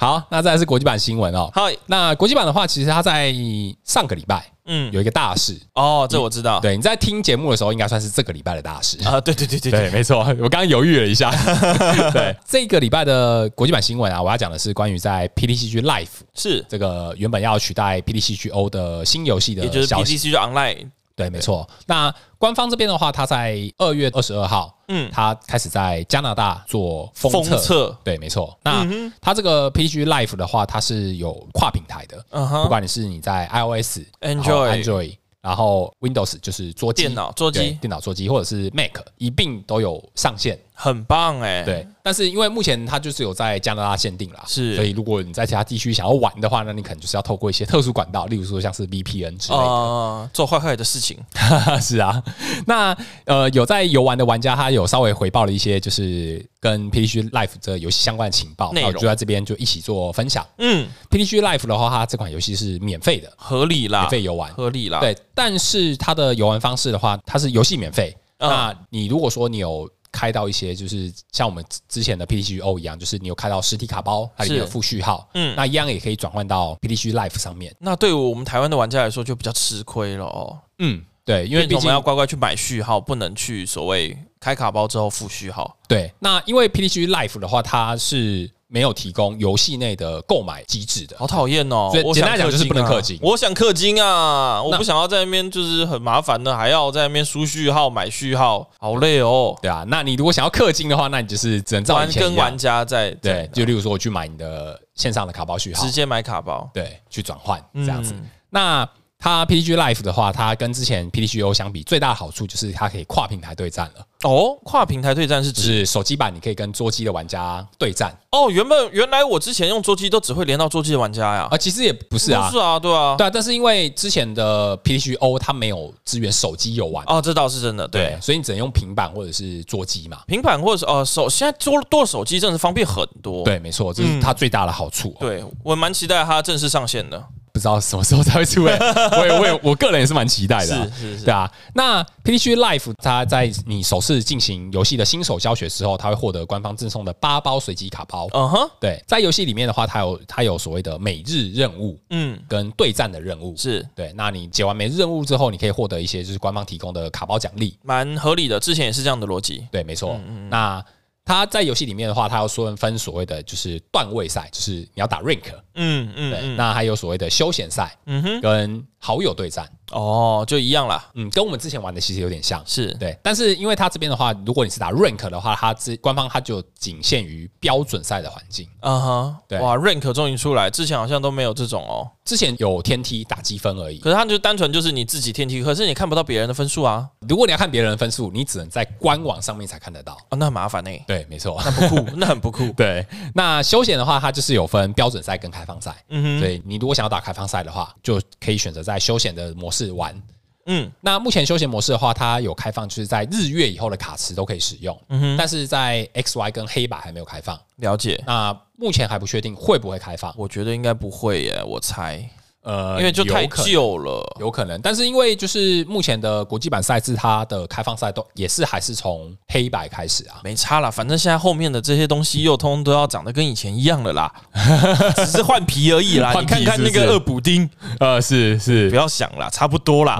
Speaker 2: 好，那再来是国际版新闻哦。
Speaker 1: 好，
Speaker 2: 那国际版的话，其实它在上个礼拜
Speaker 1: 嗯，
Speaker 2: 有一个大事，
Speaker 1: 哦，这我知道，
Speaker 2: 对，你在听节目的时候，应该算是这个礼拜的大事。
Speaker 1: 啊，对对对对 对，
Speaker 2: 对，没错，我刚刚犹豫了一 下。对，这个礼拜的国际版新闻啊，我要讲的是关于在 PTCG Life
Speaker 1: 是，
Speaker 2: 这个原本要取代 PTCGO 的新游戏
Speaker 1: 也就是
Speaker 2: 呃的消息。
Speaker 1: PGC 就 online，
Speaker 2: 对，没错。那官方这边的话，它在二月二十二号，
Speaker 1: 嗯，
Speaker 2: 它开始在加拿大做封
Speaker 1: 封
Speaker 2: 测。
Speaker 1: 测，嗯
Speaker 2: 对，没错。那它这个 PG Life 的话，它是有跨平台的，
Speaker 1: 嗯
Speaker 2: 不
Speaker 1: 哼，
Speaker 2: 管你是你在 iOS、然
Speaker 1: Android
Speaker 2: 后 Android，然后 Windows 就是桌机、
Speaker 1: 电脑桌
Speaker 2: 对
Speaker 1: 机
Speaker 2: 电脑桌机或者是 Mac 一并都有上线。
Speaker 1: 很棒哎，
Speaker 2: 对，但是因为目前它就是有在加拿大限定啦，
Speaker 1: 是
Speaker 2: 所以如果你在其他地区想要玩的话，那你可能就是要透过一些特殊管道，例如 说像是 VPN 之类的。
Speaker 1: 啊，做坏坏的事情，
Speaker 2: 是啊， 那呃，有在游玩的玩家，他有稍微回报了一些就是跟 PDG Life 这个游戏相关的情报，
Speaker 1: 内
Speaker 2: 那
Speaker 1: 容
Speaker 2: 我就在这边就一起做分享。
Speaker 1: 嗯，
Speaker 2: PDG Life 的话，它这款游戏是免费的，
Speaker 1: 合理啦
Speaker 2: 免，费游玩。
Speaker 1: 合理啦，，
Speaker 2: 对，但是它的游玩方式的话，它是游戏免费。
Speaker 1: 嗯
Speaker 2: 那你如果说你有开到一些，就是像我们之之前的 PDGO 一样，就是你有开到实体卡包，它里面
Speaker 1: 是
Speaker 2: 有附序号，
Speaker 1: 嗯
Speaker 2: 嗯，那一样也可以转换到 PDG Life 上面。
Speaker 1: 那对我们台湾的玩家来说就比较吃亏了哦，
Speaker 2: 嗯，对，因为
Speaker 1: 变成
Speaker 2: 毕
Speaker 1: 我们
Speaker 2: 竟
Speaker 1: 要乖乖去买序号，不能去所谓开卡包之后付序号。
Speaker 2: 对，那因为 PDG Life 的话，它是没有提供游戏内的购买机制的。
Speaker 1: 好讨厌哦！
Speaker 2: 所以
Speaker 1: 我
Speaker 2: 简
Speaker 1: 想
Speaker 2: 单来讲就是不能氪金
Speaker 1: 氪啊我想氪金啊，我不想要在那边就是很麻烦的，还要在那边输序号、买序号，好累哦。
Speaker 2: 对啊，那你如果想要氪金的话，那你就是只能照
Speaker 1: 玩
Speaker 2: 以前一
Speaker 1: 跟
Speaker 2: 样
Speaker 1: 玩家在
Speaker 2: 对，就例如说我去买你的线上的卡包序号
Speaker 1: 直，接买卡包，
Speaker 2: 对，去转换这样子。
Speaker 1: 嗯
Speaker 2: 那它 PDG Life 的话，它跟之前 PDGO 相比，最大的好处就是它可以跨平台对战了，
Speaker 1: 哦，跨平台对战是
Speaker 2: 就
Speaker 1: 指
Speaker 2: 是手机版你可以跟桌机的玩家对战
Speaker 1: 哦，原本原来我之前用桌机都只会连到桌机的玩家呀，
Speaker 2: 啊，其实也不是啊
Speaker 1: 不，是啊，对啊，
Speaker 2: 对啊，但是因为之前的 PDGO 它没有支援手机游玩，
Speaker 1: 哦，这倒是真的，对
Speaker 2: 对，，所以你只能用平板或者是桌机嘛。
Speaker 1: 平板或者是呃手，现在多多手机真的是方便很多。
Speaker 2: 对，没错，这
Speaker 1: 嗯
Speaker 2: 是它最大的好处、
Speaker 1: 对，我蛮期待它正式上线的。
Speaker 2: 不知道什么时候才会出 来、我也我也我个人也是蛮期待的啊、
Speaker 1: 是是是
Speaker 2: 对啊。那 PDG Life 它在你首次进行游戏的新手教学之后，它会获得官方赠送的八包随机卡包。
Speaker 1: 嗯哼，
Speaker 2: 对，在游戏里面的话，它有它有所谓的每日任务
Speaker 1: 嗯，
Speaker 2: 跟对战的任务。
Speaker 1: 是
Speaker 2: 对，那你解完每日任务之后，你可以获得一些就是官方提供的卡包奖励。
Speaker 1: 蛮合理的，之前也是这样的逻辑。
Speaker 2: 对，没错。
Speaker 1: 嗯
Speaker 2: 那他在游戏里面的话，他要说分所谓的就是段位赛，就是你要打 rank，
Speaker 1: 嗯嗯
Speaker 2: 对，
Speaker 1: 嗯，
Speaker 2: 那还有所谓的休闲赛，
Speaker 1: 嗯哼，
Speaker 2: 跟好友对战，
Speaker 1: 哦，就一样啦，
Speaker 2: 嗯，跟我们之前玩的其实有点像。
Speaker 1: 是
Speaker 2: 对，但是因为它这边的话，如果你是打 rank 的话，它这官方它就仅限于标准赛的环境。
Speaker 1: 啊哈，
Speaker 2: 对
Speaker 1: 哇，rank 终于出来，之前好像都没有这种哦。
Speaker 2: 之前有天梯打积分而已，
Speaker 1: 可是它就单纯就是你自己天梯，可是你看不到别人的分数啊，
Speaker 2: 如果你要看别人的分数，你只能在官网上面才看得到。
Speaker 1: 啊，那很麻烦呢、
Speaker 2: 对，没错。
Speaker 1: 那 不酷，那很不酷。
Speaker 2: 对，那休闲的话，它就是有分标准赛跟开放赛。
Speaker 1: 嗯
Speaker 2: 所
Speaker 1: 哼，
Speaker 2: 以你如果想要打开放赛的话，就可以选择在休闲的模式玩。
Speaker 1: 嗯
Speaker 2: 那目前休闲模式的话，它有开放，就是在日月以后的卡池都可以使用，
Speaker 1: 嗯哼，
Speaker 2: 但是在 X Y 跟黑白还没有开放。
Speaker 1: 了解。
Speaker 2: 那目前还不确定会不会开放，
Speaker 1: 我觉得应该不会耶，我猜，
Speaker 2: 呃，
Speaker 1: 因为就太
Speaker 2: 有可能
Speaker 1: 旧了。
Speaker 2: 有可能，但是因为就是目前的国际版赛制，它的开放赛都也是还是从黑白开始啊。
Speaker 1: 没差啦，反正现在后面的这些东西又通通都要长得跟以前一样了 啦，只是换皮而已啦。
Speaker 2: 换
Speaker 1: 你
Speaker 2: 皮
Speaker 1: 看看
Speaker 2: 是
Speaker 1: 那
Speaker 2: 不是
Speaker 1: 个恶补丁，
Speaker 2: 呃，是是
Speaker 1: 不，要想啦，差不多啦。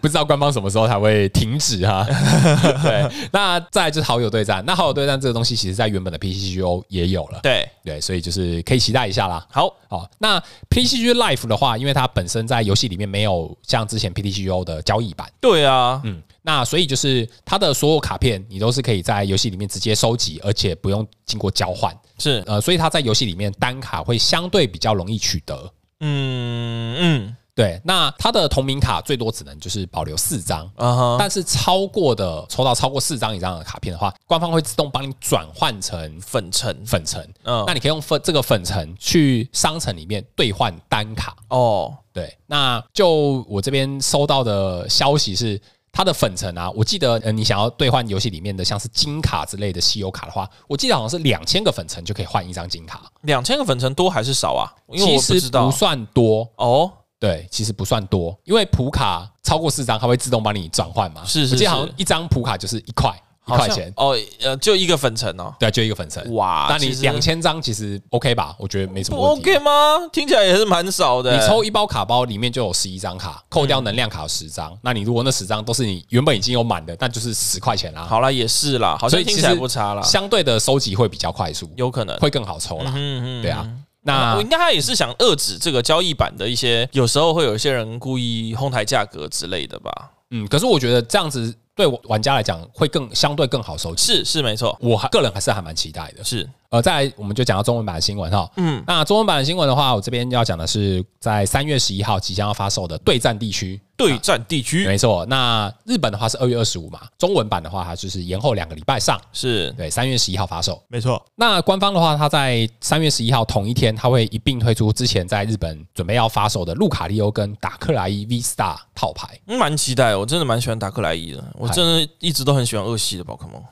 Speaker 2: 不知道官方什么时候才会停止哈、 对，那再来就是好友对战，那好友对战这个东西，其实在原本的 PCGO 也有了，
Speaker 1: 对，
Speaker 2: 对，所以就是可以期待一下啦。
Speaker 1: 好，
Speaker 2: 好，那 PCG Life 的话，因为它本身在游戏里面没有像之前 PTGO 的交易版，
Speaker 1: 对啊，
Speaker 2: 嗯，那所以就是它的所有卡片你都是可以在游戏里面直接收集，而且不用经过交换，
Speaker 1: 是，
Speaker 2: 呃，所以它在游戏里面单卡会相对比较容易取得。
Speaker 1: 嗯嗯
Speaker 2: 对，那它的同名卡最多只能就是保留四张，
Speaker 1: 啊哈，
Speaker 2: 但是超过的抽到超过四张以上的卡片的话，官方会自动帮你转换成
Speaker 1: 粉尘，
Speaker 2: 粉尘。
Speaker 1: 嗯
Speaker 2: 那，你可以用粉这个粉尘去商城里面兑换单卡。
Speaker 1: 哦，
Speaker 2: 对，那就我这边收到的消息是，它的粉尘啊，我记得呃，你想要兑换游戏里面的像是金卡之类的稀有卡的话，我记得好像是两千个粉尘就可以换一张金卡，
Speaker 1: 两千个粉尘多还是少啊？因为
Speaker 2: 其
Speaker 1: 我不
Speaker 2: 实
Speaker 1: 知道
Speaker 2: 不算多。
Speaker 1: 哦，
Speaker 2: 对，其实不算多，因为普卡超过四张，它会自动帮你转换嘛。
Speaker 1: 是是
Speaker 2: 我记得好
Speaker 1: 是
Speaker 2: 像一张普卡就是一块一
Speaker 1: 好
Speaker 2: 块
Speaker 1: 像
Speaker 2: 钱，
Speaker 1: 哦，呃，就一个粉尘哦，
Speaker 2: 对，就一个粉尘。
Speaker 1: 哇，
Speaker 2: 那你
Speaker 1: 其实
Speaker 2: 两千张其实 OK 吧？我觉得没什
Speaker 1: 不
Speaker 2: 么问题。
Speaker 1: OK 吗？听起来也是蛮少的。
Speaker 2: 你抽一包卡包，里面就有十一张卡，扣
Speaker 1: 嗯
Speaker 2: 掉能量卡十张。那你如果那十张都是你原本已经有满的，那就是十块钱啦。
Speaker 1: 好啦，也是啦，好
Speaker 2: 所
Speaker 1: 像
Speaker 2: 以
Speaker 1: 听
Speaker 2: 其
Speaker 1: 起来
Speaker 2: 实
Speaker 1: 不差啦，
Speaker 2: 相对的收集会比较快速，
Speaker 1: 有可能。
Speaker 2: 会更好抽啦。
Speaker 1: 嗯嗯，
Speaker 2: 对啊，
Speaker 1: 我
Speaker 2: 那
Speaker 1: 应该他也是想遏制这个交易版的一些，有时候会有一些人故意哄抬价格之类的吧？
Speaker 2: 嗯，可是我觉得这样子对玩家来讲会更相对更好收集。
Speaker 1: 是是没错，
Speaker 2: 我还个人还是还蛮期待的。
Speaker 1: 是
Speaker 2: 呃，再来我们就讲到中文版的新闻哈。
Speaker 1: 嗯
Speaker 2: 嗯，那中文版的新闻的话，我这边要讲的是在三月十一号即将要发售的对战地区。
Speaker 1: 对战地区
Speaker 2: 没错，那日本的话是二月二十五嘛，中文版的话它就是延后两个礼拜上，
Speaker 1: 是
Speaker 2: 对，三月十一号发售。
Speaker 1: 没错，
Speaker 2: 那官方的话，它在三月十一号同一天，它会一并推出之前在日本准备要发售的路卡利欧跟达克莱伊 V Star 套 牌。
Speaker 1: 嗯蛮期待的，我真的蛮喜欢达克莱伊的，我真的一直都很喜欢恶系的宝可梦，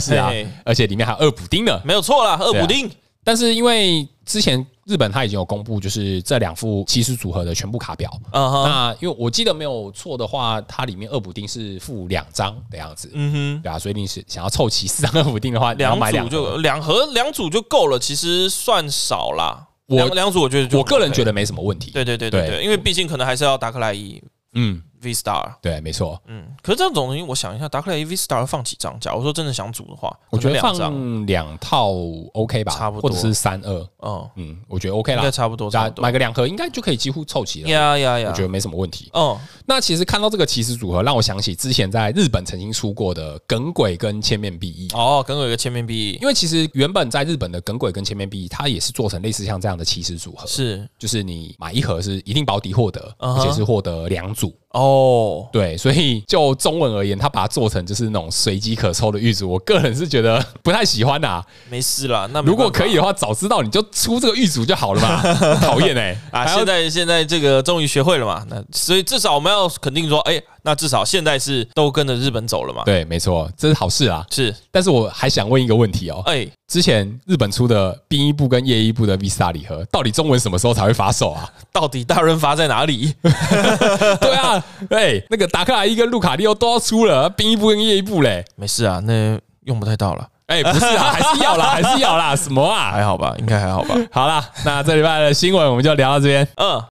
Speaker 2: 是啊
Speaker 1: 嘿，
Speaker 2: 而且里面还有二补丁呢。
Speaker 1: 没有错啦，恶补丁
Speaker 2: 但是因为之前日本它已经有公布，就是这两副骑士组合的全部卡表。
Speaker 1: 啊哈，
Speaker 2: 那因为我记得没有错的话，它里面二补丁是附两张的样子，
Speaker 1: 嗯哼。
Speaker 2: 对啊，所以你是想要凑齐四张二补丁的话，你要
Speaker 1: 两
Speaker 2: 买两
Speaker 1: 组
Speaker 2: 个。
Speaker 1: 就两盒，两组就够了，其实算少啦。
Speaker 2: 我
Speaker 1: 两两组，我觉得就
Speaker 2: 我个人
Speaker 1: OK
Speaker 2: 觉得没什么问题。
Speaker 1: 对对对对
Speaker 2: 对
Speaker 1: 对，因为毕竟可能还是要达克莱伊
Speaker 2: 嗯，
Speaker 1: V Star。
Speaker 2: 对，没错。
Speaker 1: 嗯，可是这种东西，我想一下，达克莱伊 V Star 会放几张？假如说真的想组的话，
Speaker 2: 我觉
Speaker 1: 可
Speaker 2: 得
Speaker 1: 能两张，
Speaker 2: 放两套 OK 吧，
Speaker 1: 差不多
Speaker 2: 或者是三二，
Speaker 1: 嗯，
Speaker 2: 嗯，我觉得 OK
Speaker 1: 应
Speaker 2: 啦
Speaker 1: 该，差不多，差
Speaker 2: 大
Speaker 1: 不
Speaker 2: 家
Speaker 1: 多
Speaker 2: 买。个两盒应该就可以几乎凑齐了，
Speaker 1: 呀呀
Speaker 2: 我
Speaker 1: 呀
Speaker 2: 觉！得没什么问题。
Speaker 1: 哦，
Speaker 2: 那其实看到这个起始组合，让我想起之前在日本曾经出过的耿鬼跟千面 B 翼，
Speaker 1: 哦，跟我有个千面币
Speaker 2: 因为其实原本在日本的耿鬼跟千面 B 翼，它也是做成类似像这样的起始组合，
Speaker 1: 是
Speaker 2: 就是你买一盒是一定保底获得，
Speaker 1: 嗯哼
Speaker 2: 而且是获得两组。
Speaker 1: 哦，
Speaker 2: 对，所以就中文而言，它把它做成就是那种随机可抽的玉组，我个人是觉得不太喜欢啦、啊
Speaker 1: 没事啦。啊那没办法
Speaker 2: 如果可以的话，早知道你就出这个玉组就好了嘛， 讨厌哎
Speaker 1: 啊，
Speaker 2: 还要
Speaker 1: 现在现在这个终于学会了嘛，那所以至少我们要肯定说，哎，那至少现在是都跟着日本走了嘛。
Speaker 2: 对，没错，这是好事啊。
Speaker 1: 是，
Speaker 2: 但是我还想问一个问题哦，
Speaker 1: 哎，
Speaker 2: 之前日本出的兵一部跟夜一部的 Visa 礼盒，到底中文什么时候才会发售 啊？
Speaker 1: 到底大润发在哪里？
Speaker 2: 对啊，对，那个达克莱伊跟路卡利欧都要出了，兵一部跟夜一部嘞。
Speaker 1: 没事啊，那用不太到了，
Speaker 2: 哎，不是 啊，还是要啦，还是要啦，什么啊？
Speaker 1: 还好吧，应该还 好吧。
Speaker 2: 好啦，那这礼拜的新闻我们就聊到这边。
Speaker 1: 嗯，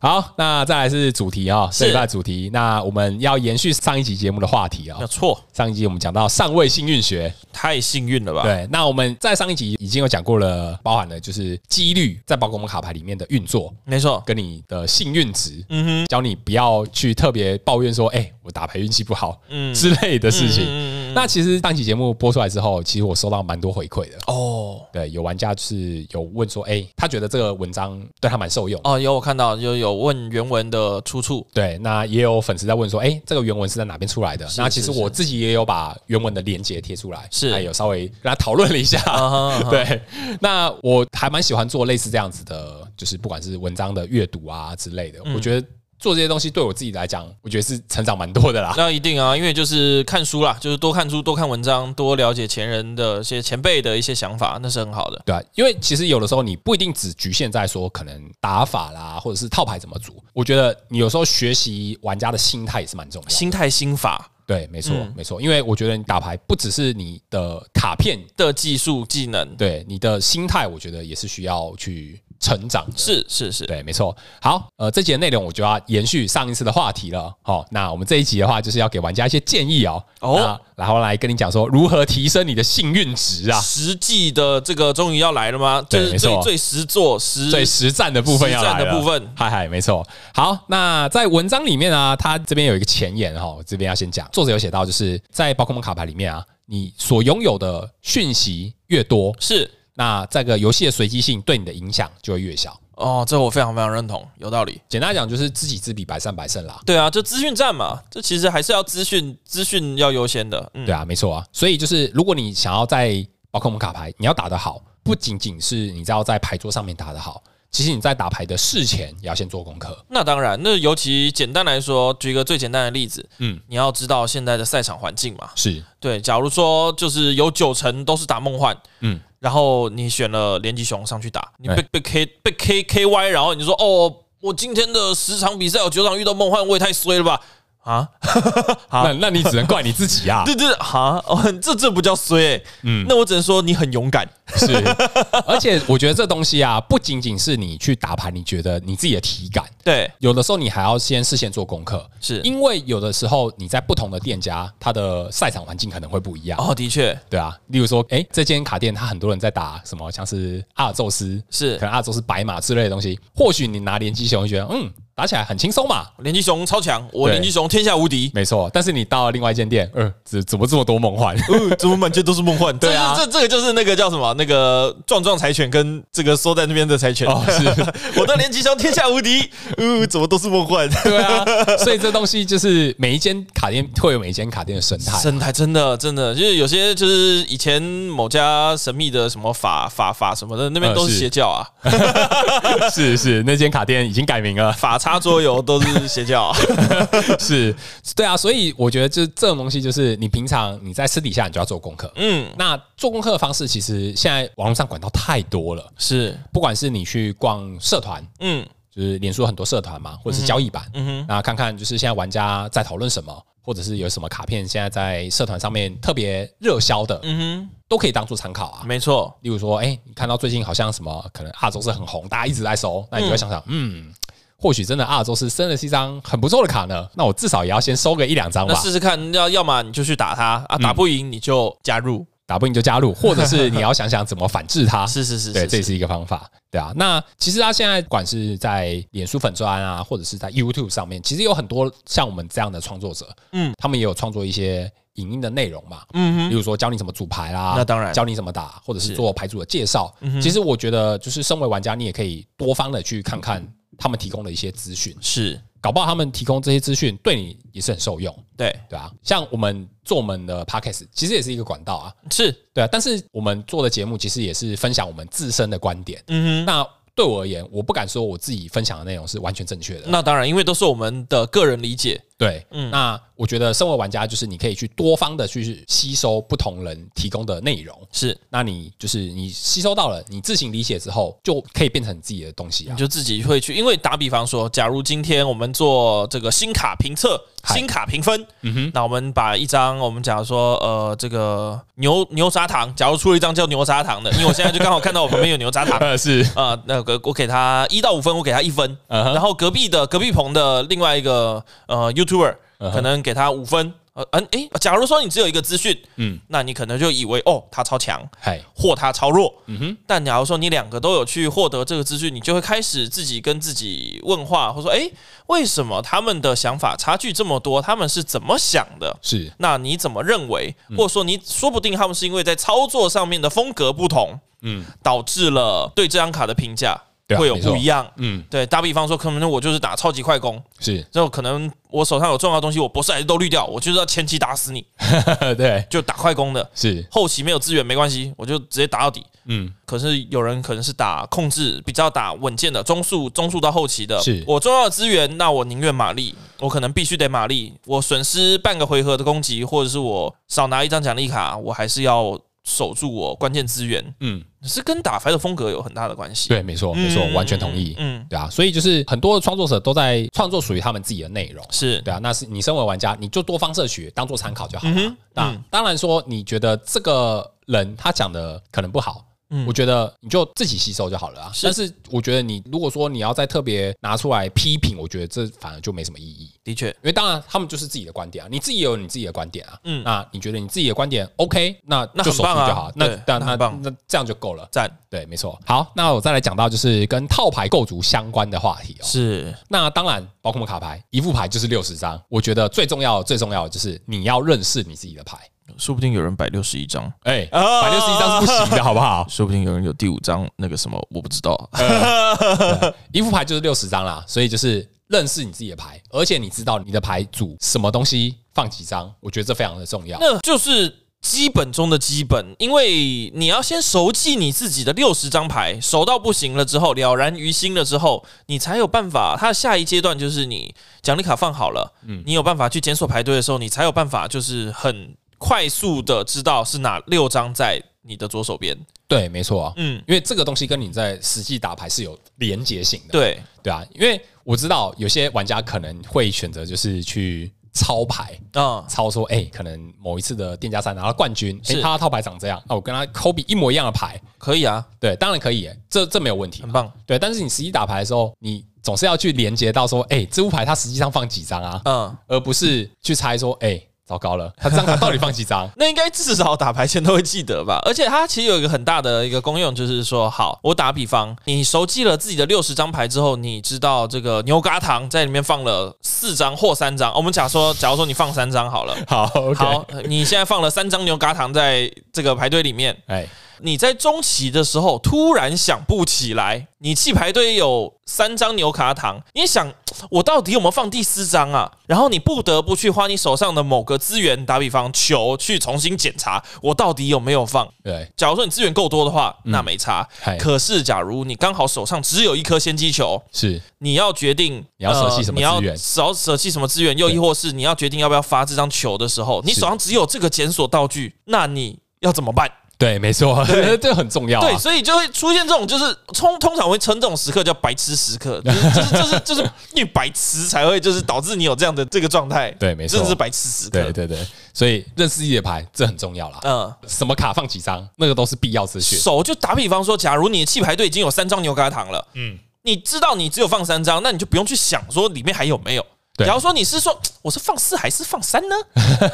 Speaker 2: 好，那再来是主题啊、哦，
Speaker 1: 是
Speaker 2: 这礼拜的主题。那我们要延续上一集节目的话题啊、
Speaker 1: 那
Speaker 2: 哦。
Speaker 1: 错，
Speaker 2: 上一集我们讲到上位幸运学，
Speaker 1: 太幸运了吧？
Speaker 2: 对。那我们在上一集已经有讲过了，包含了就是几率在宝可梦卡牌里面的运作，
Speaker 1: 没错，
Speaker 2: 跟你的幸运值，
Speaker 1: 嗯哼，
Speaker 2: 教你不要去特别抱怨说，哎、我打牌运气不好，
Speaker 1: 嗯
Speaker 2: 之类的事情。
Speaker 1: 嗯嗯嗯嗯
Speaker 2: 那其实上期节目播出来之后，其实我收到蛮多回馈的。
Speaker 1: 哦
Speaker 2: 对，有玩家就是有问说，哎、他觉得这个文章对他蛮受用。
Speaker 1: 哦，有我看到，有有问原文的出处，
Speaker 2: 对，那也有粉丝在问说，哎、这个原文是在哪边出来的？那其实
Speaker 1: 是
Speaker 2: 我自己也有把原文的链接贴出来，
Speaker 1: 是
Speaker 2: 还有稍微跟他讨论了一下。
Speaker 1: 啊哈啊哈
Speaker 2: 对，那我还蛮喜欢做类似这样子的，就是不管是文章的阅读啊之类的，我觉得做这些东西对我自己来讲，我觉得是成长蛮多 的啦。
Speaker 1: 那一定啊，因为就是看书啦，就是多看书、多看文章、多了解前人的一些前辈的一些想法，那是很好的。
Speaker 2: 对啊，因为其实有的时候你不一定只局限在说可能打法啦，或者是套牌怎么组。我觉得你有时候学习玩家的心态也是蛮重要的。
Speaker 1: 心态、心法
Speaker 2: 对，没错，没错。因为我觉得你打牌不只是你的卡片，
Speaker 1: 的技术技能，
Speaker 2: 对你的心态，我觉得也是需要去成长的。
Speaker 1: 是是是，
Speaker 2: 对，没错。好，呃，这集的内容我就要延续上一次的话题了。好、那我们这一集的话，就是要给玩家一些建议哦。
Speaker 1: 哦
Speaker 2: 那然后来跟你讲说如何提升你的幸运值啊，
Speaker 1: 实际的这个终于要来了吗？就
Speaker 2: 对
Speaker 1: 是
Speaker 2: 没错
Speaker 1: 最最实做实
Speaker 2: 最实战的部分要来了
Speaker 1: 实战的部分
Speaker 2: 嗨嗨，没错。好，那在文章里面啊，它这边有一个前言哈、我这边要先讲，作者有写到，就是在宝可梦卡牌里面啊，你所拥有的讯息越多，
Speaker 1: 是
Speaker 2: 那这个游戏的随机性对你的影响就会越小。
Speaker 1: 哦，这我非常非常认同，有道理。
Speaker 2: 简单来讲，就是知己知彼，百战百胜啦。
Speaker 1: 对啊，就资讯站嘛，这其实还是要资讯，资讯要优先的。嗯，
Speaker 2: 对啊，没错啊。所以就是，如果你想要在宝可梦卡牌，你要打得好，不仅仅是你要在牌桌上面打得好，其实你在打牌的事前也要先做功课。
Speaker 1: 那当然，那尤其简单来说，举一个最简单的例子，
Speaker 2: 嗯
Speaker 1: 嗯，你要知道现在的赛场环境嘛，
Speaker 2: 是，
Speaker 1: 对，假如说就是有九成都是打梦幻，
Speaker 2: 嗯
Speaker 1: 嗯，然后你选了连击熊上去打，你被
Speaker 2: 哎
Speaker 1: 被 K 被 K K Y，然后你就说哦，我今天的十场比赛有九场遇到梦幻，我也太衰了吧？啊， 啊
Speaker 2: 那那你只能怪你自己啊。
Speaker 1: 这这哈，哦， 这这不叫衰、欸，嗯，那我只能说你很勇敢，
Speaker 2: 是，而且我觉得这东西啊，不仅仅是你去打牌，你觉得你自己的体感，
Speaker 1: 对，
Speaker 2: 有的时候你还要先事先做功课，
Speaker 1: 是，
Speaker 2: 因为有的时候你在不同的店家，它的赛场环境可能会不一样。
Speaker 1: 哦，的确
Speaker 2: 对啊，例如说，哎，这间卡店它很多人在打什么，像是阿尔宙斯，
Speaker 1: 是
Speaker 2: 可能阿尔宙斯白马之类的东西。或许你拿连击熊，你觉得嗯，打起来很轻松嘛，
Speaker 1: 连击熊超强，我
Speaker 2: 对
Speaker 1: 连击熊天下无敌，
Speaker 2: 没错。但是你到了另外一间店，嗯、怎怎么这么多梦幻？
Speaker 1: 嗯，怎么满街都是梦幻？
Speaker 2: 对啊
Speaker 1: 这这这个就是那个叫什么？那个壮壮柴犬跟这个缩在那边的柴犬，
Speaker 2: 哦，是，
Speaker 1: 我的连击熊天下无敌，嗯，怎么都是梦幻？
Speaker 2: 对啊。所以这东西就是每一间卡店会有每一间卡店的生态。
Speaker 1: 生态真的真的，就是有些就是以前某家神秘的什么法法法什么的，那边
Speaker 2: 呃
Speaker 1: 都是
Speaker 2: 是
Speaker 1: 邪教啊，
Speaker 2: 是是，那间卡店已经改名了。
Speaker 1: 法叉桌游都是邪教、啊。
Speaker 2: 是，对啊。所以我觉得就是这种东西，就是你平常你在私底下你就要做功课。
Speaker 1: 嗯，
Speaker 2: 那做功课的方式，其实现在网络上管道太多了。
Speaker 1: 是，
Speaker 2: 不管是你去逛社团，
Speaker 1: 嗯
Speaker 2: 就是脸书很多社团嘛，或者是交易版，
Speaker 1: 嗯哼，
Speaker 2: 那看看就是现在玩家在讨论什么，或者是有什么卡片现在在社团上面特别热销的，
Speaker 1: 嗯
Speaker 2: 都可以当做参考啊
Speaker 1: 哼，。没错，
Speaker 2: 例如说，哎、你看到最近好像什么可能亚洲是很红，大家一直在收，那你就会想想，嗯。或许真的亚洲是真的是一张很不错的卡呢，那我至少也要先收个一两张
Speaker 1: 那
Speaker 2: 吧，
Speaker 1: 试试看，要要么你就去打他啊，打不赢你就加入，
Speaker 2: 打不赢就加入，或者是你要想想怎么反 制它。
Speaker 1: 是是是
Speaker 2: 对，
Speaker 1: 是
Speaker 2: 这也
Speaker 1: 是，
Speaker 2: 是一个方法，对啊。那其实他现在不管是在脸书粉砖啊，或者是在 YouTube 上面，其实有很多像我们这样的创作者，嗯
Speaker 1: 嗯，
Speaker 2: 他们也有创作一些影音的内容嘛，
Speaker 1: 嗯
Speaker 2: 比如说教你怎么组牌啦，
Speaker 1: 那当然
Speaker 2: 教你怎么打，或者是
Speaker 1: 是嗯
Speaker 2: 做牌组的介绍。其实我觉得，就是身为玩家，你也可以多方的去看看
Speaker 1: 嗯
Speaker 2: 他们提供的一些资讯，
Speaker 1: 哼，是
Speaker 2: 搞不好他们提供这些资讯对你也是很受用，
Speaker 1: 对
Speaker 2: 对啊。像我们做我们的 Podcast，其实也是一个管道啊，
Speaker 1: 是，
Speaker 2: 对啊。但是我们做的节目其实也是分享我们自身的观点。
Speaker 1: 嗯
Speaker 2: 那对我而言，我不敢说我自己分享的内容是完全正确的。
Speaker 1: 哼，那当然，因为都是我们的个人理解，
Speaker 2: 对，那我觉得身为玩家，就是你可以去多方的去吸收不同人提供的内容。
Speaker 1: 是，
Speaker 2: 那你就是你吸收到了，你自行理解之后，就可以变成你自己的东西
Speaker 1: 你
Speaker 2: 啊。
Speaker 1: 就自己会去，因为打比方说，假如今天我们做这个新卡评测、
Speaker 2: 嗨
Speaker 1: 新卡评分，
Speaker 2: 嗯哼，
Speaker 1: 那我们把一张，我们假如说，呃，这个牛牛砂糖，假如出了一张叫牛砂糖的，因为我现在就刚好看到我旁边有牛砂糖，
Speaker 2: 呃 是，
Speaker 1: 啊，那个我给他一到五分，我给他一分，
Speaker 2: 嗯
Speaker 1: 然
Speaker 2: 哼，
Speaker 1: 后隔壁的隔壁棚的另外一个呃 YouTuber
Speaker 2: 嗯哼
Speaker 1: 可能给他五分，呃嗯诶，假如说你只有一个资讯，
Speaker 2: 嗯，
Speaker 1: 那你可能就以为哦他超强
Speaker 2: 嗨，
Speaker 1: 或他超弱，
Speaker 2: 嗯哼，
Speaker 1: 但假如说你两个都有去获得这个资讯，你就会开始自己跟自己问话，或说诶，为什么他们的想法差距这么多？他们是怎么想的？
Speaker 2: 是，
Speaker 1: 那你怎么认为？
Speaker 2: 嗯
Speaker 1: 或者说你说不定他们是因为在操作上面的风格不同，
Speaker 2: 嗯
Speaker 1: 导致了对这张卡的评价
Speaker 2: 对啊
Speaker 1: 会有
Speaker 2: 没错
Speaker 1: 不一样。
Speaker 2: 嗯，
Speaker 1: 对，打比方说，可能我就是打超级快攻，
Speaker 2: 是，
Speaker 1: 之后可能我手上有重要的东西，我博士还是都滤掉，我就是要前期打死你，
Speaker 2: 对，
Speaker 1: 就打快攻的，
Speaker 2: 是，
Speaker 1: 后期没有资源没关系，我就直接打到底。
Speaker 2: 嗯，
Speaker 1: 可是有人可能是打控制比较打稳健的中速，中速到后期的。
Speaker 2: 是
Speaker 1: 我重要的资源，那我宁愿玛丽，我可能必须得玛丽。我损失半个回合的攻击，或者是我少拿一张奖励卡，我还是要守住我关键资源，
Speaker 2: 嗯，
Speaker 1: 是跟打牌的风格有很大的关系。
Speaker 2: 对，没错，
Speaker 1: 嗯，
Speaker 2: 没错，完全同意。
Speaker 1: 嗯，嗯
Speaker 2: 对啊，所以就是很多的创作者都在创作属于他们自己的内容。
Speaker 1: 是
Speaker 2: 对啊，那是你身为玩家，你就多方摄取，当做参考就好
Speaker 1: 嗯
Speaker 2: 了。
Speaker 1: 哼
Speaker 2: 那、
Speaker 1: 嗯
Speaker 2: 当然说，你觉得这个人他讲的可能不好。
Speaker 1: 嗯
Speaker 2: 我觉得你就自己吸收就好了啊。
Speaker 1: 是
Speaker 2: 但是我觉得你如果说你要再特别拿出来批评，我觉得这反而就没什么意义。
Speaker 1: 的确，
Speaker 2: 因为当然他们就是自己的观点啊，你自己也有你自己的观点啊。
Speaker 1: 嗯
Speaker 2: 那你觉得你自己的观点 OK，那
Speaker 1: 那
Speaker 2: 就
Speaker 1: 很
Speaker 2: 守住就
Speaker 1: 棒啊
Speaker 2: 好。那
Speaker 1: 对
Speaker 2: 那
Speaker 1: 那
Speaker 2: 那
Speaker 1: 很棒
Speaker 2: 那这样就够了。
Speaker 1: 赞
Speaker 2: 对，没错。好，那我再来讲到就是跟套牌构筑相关的话题哦。
Speaker 1: 是
Speaker 2: 那当然，宝可梦卡牌一副牌就是六十张，我觉得最重要的最重要的就是你要认识你自己的牌。
Speaker 1: 说不定有人摆六十一张，
Speaker 2: 哎、
Speaker 1: 啊
Speaker 2: 百六十一张是不行的，好不 好？
Speaker 1: 说不定有人有第五张那个什么，我不知道。
Speaker 2: 一副牌就是六十张啦，所以就是认识你自己的牌，而且你知道你的牌组什么东西放几张，我觉得这非常的重要。
Speaker 1: 那就是基本中的基本，因为你要先熟记你自己的六十张牌，熟到不行了之后，了然于心了之后，你才有办法。它的下一阶段就是你奖励卡放好了，你有办法去检索排队的时候，你才有办法就是很快速的知道是哪六张在你的左手边。
Speaker 2: 对，没错啊，
Speaker 1: 嗯，
Speaker 2: 因为这个东西跟你在实际打牌是有连结性的，
Speaker 1: 对，
Speaker 2: 对啊，因为我知道有些玩家可能会选择就是去抄牌，
Speaker 1: 啊、
Speaker 2: 抄说，哎、可能某一次的店家赛拿到冠军，哎、
Speaker 1: 是
Speaker 2: 他的套牌长这样，啊，我跟他 Kobe 一模一样的牌，
Speaker 1: 可以啊，
Speaker 2: 对，当然可以、哎这这没有问题
Speaker 1: 很
Speaker 2: 嘛，
Speaker 1: 棒。
Speaker 2: 对。但是你实际打牌的时候，你总是要去连接到说，哎、这副牌它实际上放几张啊，
Speaker 1: 嗯，？
Speaker 2: 而不是去猜说，哎、糟糕了，他这张卡到底放几张
Speaker 1: 那应该至少打牌前都会记得吧？而且它其实有一个很大的一个功用，就是说，好，我打比方，你熟记了自己的六十张牌之后，你知道这个牛轧糖在里面放了四张或三张。我们假说，假如说你放三张好了。
Speaker 2: 好，OK，
Speaker 1: 好，呃你现在放了三张牛轧糖在这个排队里面，
Speaker 2: 哎、
Speaker 1: 你在中期的时候突然想不起来，你弃排队有三张牛卡糖，你想我到底有没有放第四张啊？然后你不得不去花你手上的某个资源，打比方球，去重新检查我到底有没有放。
Speaker 2: 对，哎
Speaker 1: 假如说你资源够多的话，
Speaker 2: 嗯
Speaker 1: 那没差。
Speaker 2: 嗨，
Speaker 1: 可是假如你刚好手上只有一颗先机球，
Speaker 2: 是，
Speaker 1: 你要决定呃
Speaker 2: 你要舍弃什么资
Speaker 1: 你
Speaker 2: 源
Speaker 1: 要少舍弃什么资源，又
Speaker 2: 对
Speaker 1: 亦或是你要决定要不要发这张球的时候，你
Speaker 2: 是
Speaker 1: 手上只有这个检索道具，那你要怎么办？
Speaker 2: 对，没错， 这很重要、啊，
Speaker 1: 对，所以就会出现这种，就是通通常会称这种时刻叫白痴时刻，就是就是就是就是因为白痴才会就是导致你有这样的这个状态。
Speaker 2: 对没错
Speaker 1: 这是白痴时
Speaker 2: 对
Speaker 1: 刻。
Speaker 2: 对对，所以认识自己的牌这很重要啦。
Speaker 1: 嗯，
Speaker 2: 什么卡放几张，那个都是必要资讯。
Speaker 1: 手就打比方说，假如你的气排队已经有三张牛轧糖了，嗯，你知道你只有放三张，那你就不用去想说里面还有没有。
Speaker 2: 对
Speaker 1: 假如说你是说我是放四还是放三呢？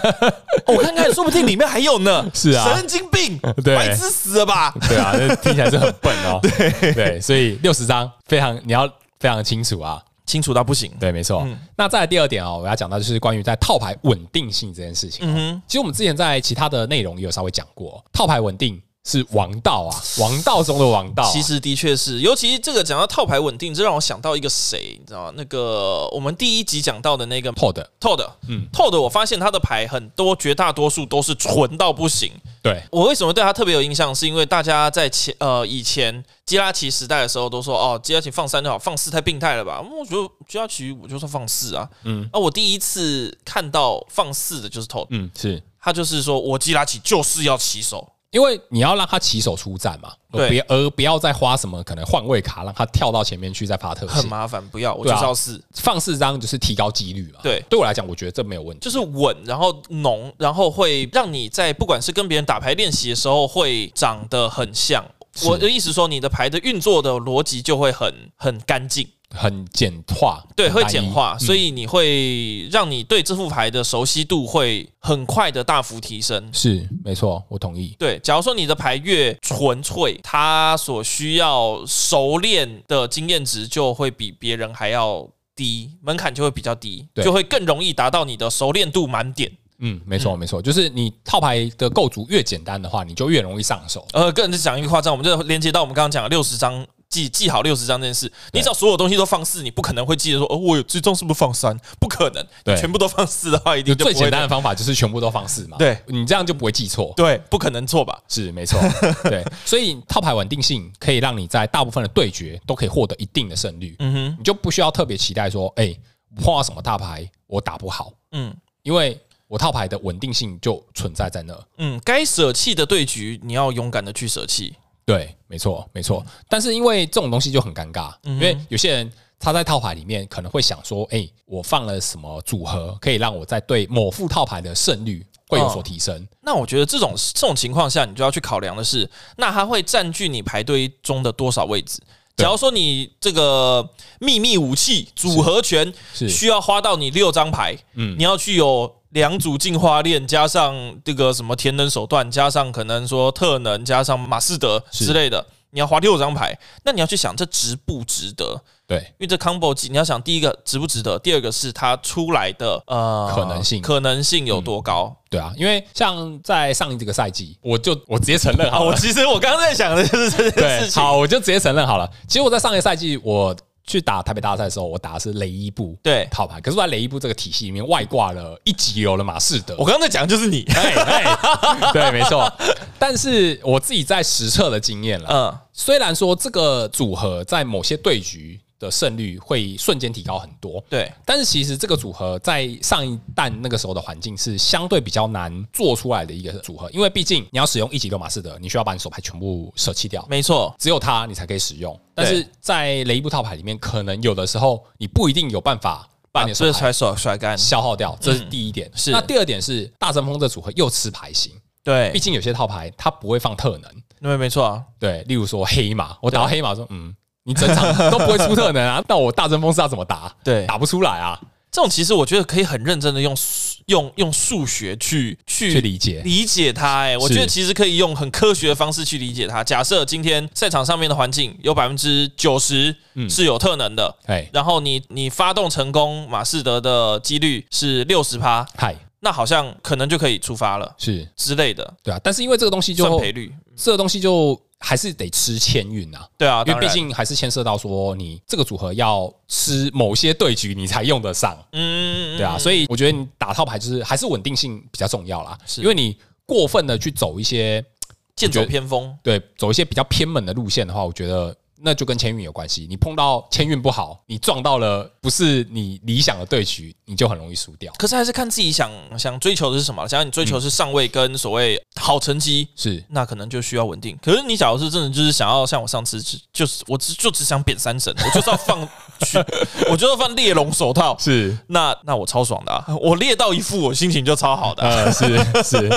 Speaker 1: 哦我看看，说不定里面还有呢。
Speaker 2: 是啊
Speaker 1: 神经病，
Speaker 2: 对
Speaker 1: 白痴死了吧？
Speaker 2: 对啊，这听起来是很笨哦。 对对，所以六十张非常你要非常清楚啊。
Speaker 1: 清楚到不行。
Speaker 2: 对，没错。
Speaker 1: 嗯
Speaker 2: 那再来第二点哦，我要讲到就是关于在套牌稳定性这件事情。哦
Speaker 1: 嗯哼，
Speaker 2: 其实我们之前在其他的内容也有稍微讲过，套牌稳定是王道啊，王道中的王道啊、
Speaker 1: 其实的确是，尤其这个讲到套牌稳定，这让我想到一个谁，你知道吗？那个我们第一集讲到的那个
Speaker 2: Pod
Speaker 1: Todd，嗯
Speaker 2: 嗯
Speaker 1: ，Todd，我发现他的牌很多，绝大多数都是纯到不行。
Speaker 2: 对
Speaker 1: 我为什么对他特别有印象，是因为大家在前呃以前基拉奇时代的时候都说哦，基拉奇放三就好，放四太病态了吧？嗯我觉得基拉奇我就算放四啊，嗯
Speaker 2: 嗯，
Speaker 1: 啊，我第一次看到放四的就是 Todd，
Speaker 2: 嗯是。
Speaker 1: 他就是说我基拉奇就是要起手，
Speaker 2: 因为你要让他起手出战嘛，
Speaker 1: 对
Speaker 2: 而别而不要再花什么可能换位卡让他跳到前面去再发特
Speaker 1: 很
Speaker 2: 性，
Speaker 1: 麻烦，不要我就
Speaker 2: 对啊
Speaker 1: 是要四。
Speaker 2: 放四张就是提高几率嘛。
Speaker 1: 对
Speaker 2: 对我来讲，我觉得这没有问题。
Speaker 1: 就是稳，然后浓，然后会让你在不管是跟别人打牌练习的时候，会长得很像。
Speaker 2: 是
Speaker 1: 我的意思说，你的牌的运作的逻辑就会很很干净，
Speaker 2: 很简化，
Speaker 1: 对，
Speaker 2: 很
Speaker 1: 会
Speaker 2: 单一
Speaker 1: 简化，
Speaker 2: 嗯
Speaker 1: 所以你会让你对这副牌的熟悉度会很快的大幅提升。
Speaker 2: 是没错，我同意。
Speaker 1: 对，假如说你的牌越纯粹，它所需要熟练的经验值就会比别人还要低，门槛就会比较低，
Speaker 2: 对
Speaker 1: 就会更容易达到你的熟练度满点。
Speaker 2: 嗯，没错，没错，就是你套牌的构筑越简单的话，你就越容易上手。
Speaker 1: 呃，个人是讲一个夸张，我们就连接到我们刚刚讲的六十张。记记好六十张这件事，你只要所有东西都放四，你不可能会记得说，哦，我有这张是不是放三？不可能，
Speaker 2: 对
Speaker 1: 全部都放四的话，一
Speaker 2: 就
Speaker 1: 定就
Speaker 2: 最
Speaker 1: 不会
Speaker 2: 简单的方法就是全部都放四嘛，
Speaker 1: 对
Speaker 2: 你这样就不会记错。
Speaker 1: 对，不可能错吧？
Speaker 2: 是没错，对，所以套牌稳定性可以让你在大部分的对决都可以获得一定的胜率，
Speaker 1: 嗯哼，
Speaker 2: 你就不需要特别期待说，哎、我碰到什么大牌我打不好，
Speaker 1: 嗯
Speaker 2: 因为我套牌的稳定性就存在在那。
Speaker 1: 嗯，该舍弃的对局，你要勇敢的去舍弃。
Speaker 2: 对，没错，没错。但是因为这种东西就很尴尬，因为有些人他在套牌里面可能会想说，哎、我放了什么组合可以让我在对某副套牌的胜率会有所提升？
Speaker 1: 那我觉得这种这种情况下，你就要去考量的是，那它会占据你排队中的多少位置？
Speaker 2: 对
Speaker 1: 假如说你这个秘密武器组合拳
Speaker 2: 是
Speaker 1: 需要花到你六张牌，嗯
Speaker 2: 嗯，
Speaker 1: 你要去有两组进化链，加上这个什么填能手段，加上可能说特能，加上马士德
Speaker 2: 是
Speaker 1: 之类的，你要花六张牌，那你要去想这值不值得？
Speaker 2: 对，
Speaker 1: 因为这 combo 机，你要想第一个值不值得，第二个是它出来的呃
Speaker 2: 可能性嗯
Speaker 1: 可能性有多高？
Speaker 2: 对啊，因为像在上一这个赛季，我就我直接承认
Speaker 1: 啊，
Speaker 2: 好
Speaker 1: 我
Speaker 2: 了，
Speaker 1: 其实我刚刚在想的就是这件
Speaker 2: 对
Speaker 1: 事，情。
Speaker 2: 好，我就直接承认好了。其实我在上一个赛季我。去打台北大赛的时候，我打的是雷伊布
Speaker 1: 对
Speaker 2: 套牌，可是我在雷伊布这个体系里面外挂了一级流的马士德，
Speaker 1: 我刚刚在讲的就是你，
Speaker 2: 哎哎， 对，没错。但是我自己在实测的经验了，
Speaker 1: 嗯，
Speaker 2: 虽然说这个组合在某些对局的胜率会瞬间提高很多，
Speaker 1: 对，
Speaker 2: 但是其实这个组合在上一弹那个时候的环境是相对比较难做出来的一个组合，因为毕竟你要使用一级六马士德，你需要把你手牌全部舍弃掉。
Speaker 1: 没错，
Speaker 2: 只有它你才可以使用，但是在雷伊布套牌里面，可能有的时候你不一定有办法把你的手
Speaker 1: 这
Speaker 2: 牌
Speaker 1: 甩手甩干，
Speaker 2: 消耗掉，这是第一点。
Speaker 1: 是
Speaker 2: 那第二点是大阵风这组合又吃牌型，毕
Speaker 1: 对，
Speaker 2: 竟有些套牌它不会放特能，
Speaker 1: 对，没错啊，
Speaker 2: 对，例如说黑马，我打到黑马说，嗯，你整 场都不会出特能啊，那我大阵风是要怎么打？
Speaker 1: 对
Speaker 2: 打不出来啊，
Speaker 1: 这种其实我觉得可以很认真的用数用用数学去去
Speaker 2: 去理解
Speaker 1: 理解它、哎，我
Speaker 2: 是
Speaker 1: 觉得其实可以用很科学的方式去理解它。假设今天赛场上面的环境有百分之九十是有特能的，
Speaker 2: 哎，
Speaker 1: 然后你你发动成功马士德的几率是六十趴，
Speaker 2: 嗨，
Speaker 1: 那好像可能就可以出发了
Speaker 2: 是
Speaker 1: 之类的，
Speaker 2: 对啊，但是因为这个东西
Speaker 1: 算
Speaker 2: 就
Speaker 1: 赔率。
Speaker 2: 这个东西就还是得吃签运啊。
Speaker 1: 对啊，
Speaker 2: 因为
Speaker 1: 当
Speaker 2: 毕
Speaker 1: 然
Speaker 2: 竟还是牵涉到说，你这个组合要吃某些对局，你才用得上。
Speaker 1: 嗯，
Speaker 2: 对啊，所以我觉得你打套牌就是还是稳定性比较重要啦，
Speaker 1: 是
Speaker 2: 因为你过分的去走一些
Speaker 1: 剑走偏锋，
Speaker 2: 对走一些比较偏门的路线的话，我觉得那就跟签运有关系。你碰到签运不好，你撞到了不是你理想的对局，你就很容易输掉。
Speaker 1: 可是还是看自己想想追求的是什么。假如你追求是上位跟所谓好成绩，
Speaker 2: 是
Speaker 1: 那可能就需要稳定。可是你假如是真的就是想要像我上次只就是我只就只想扁三神，我就是要放 去，我就是要放猎龙手套。
Speaker 2: 是，
Speaker 1: 那那我超爽的、啊，我猎到一副，我心情就超好 的啊、
Speaker 2: 呃，是是，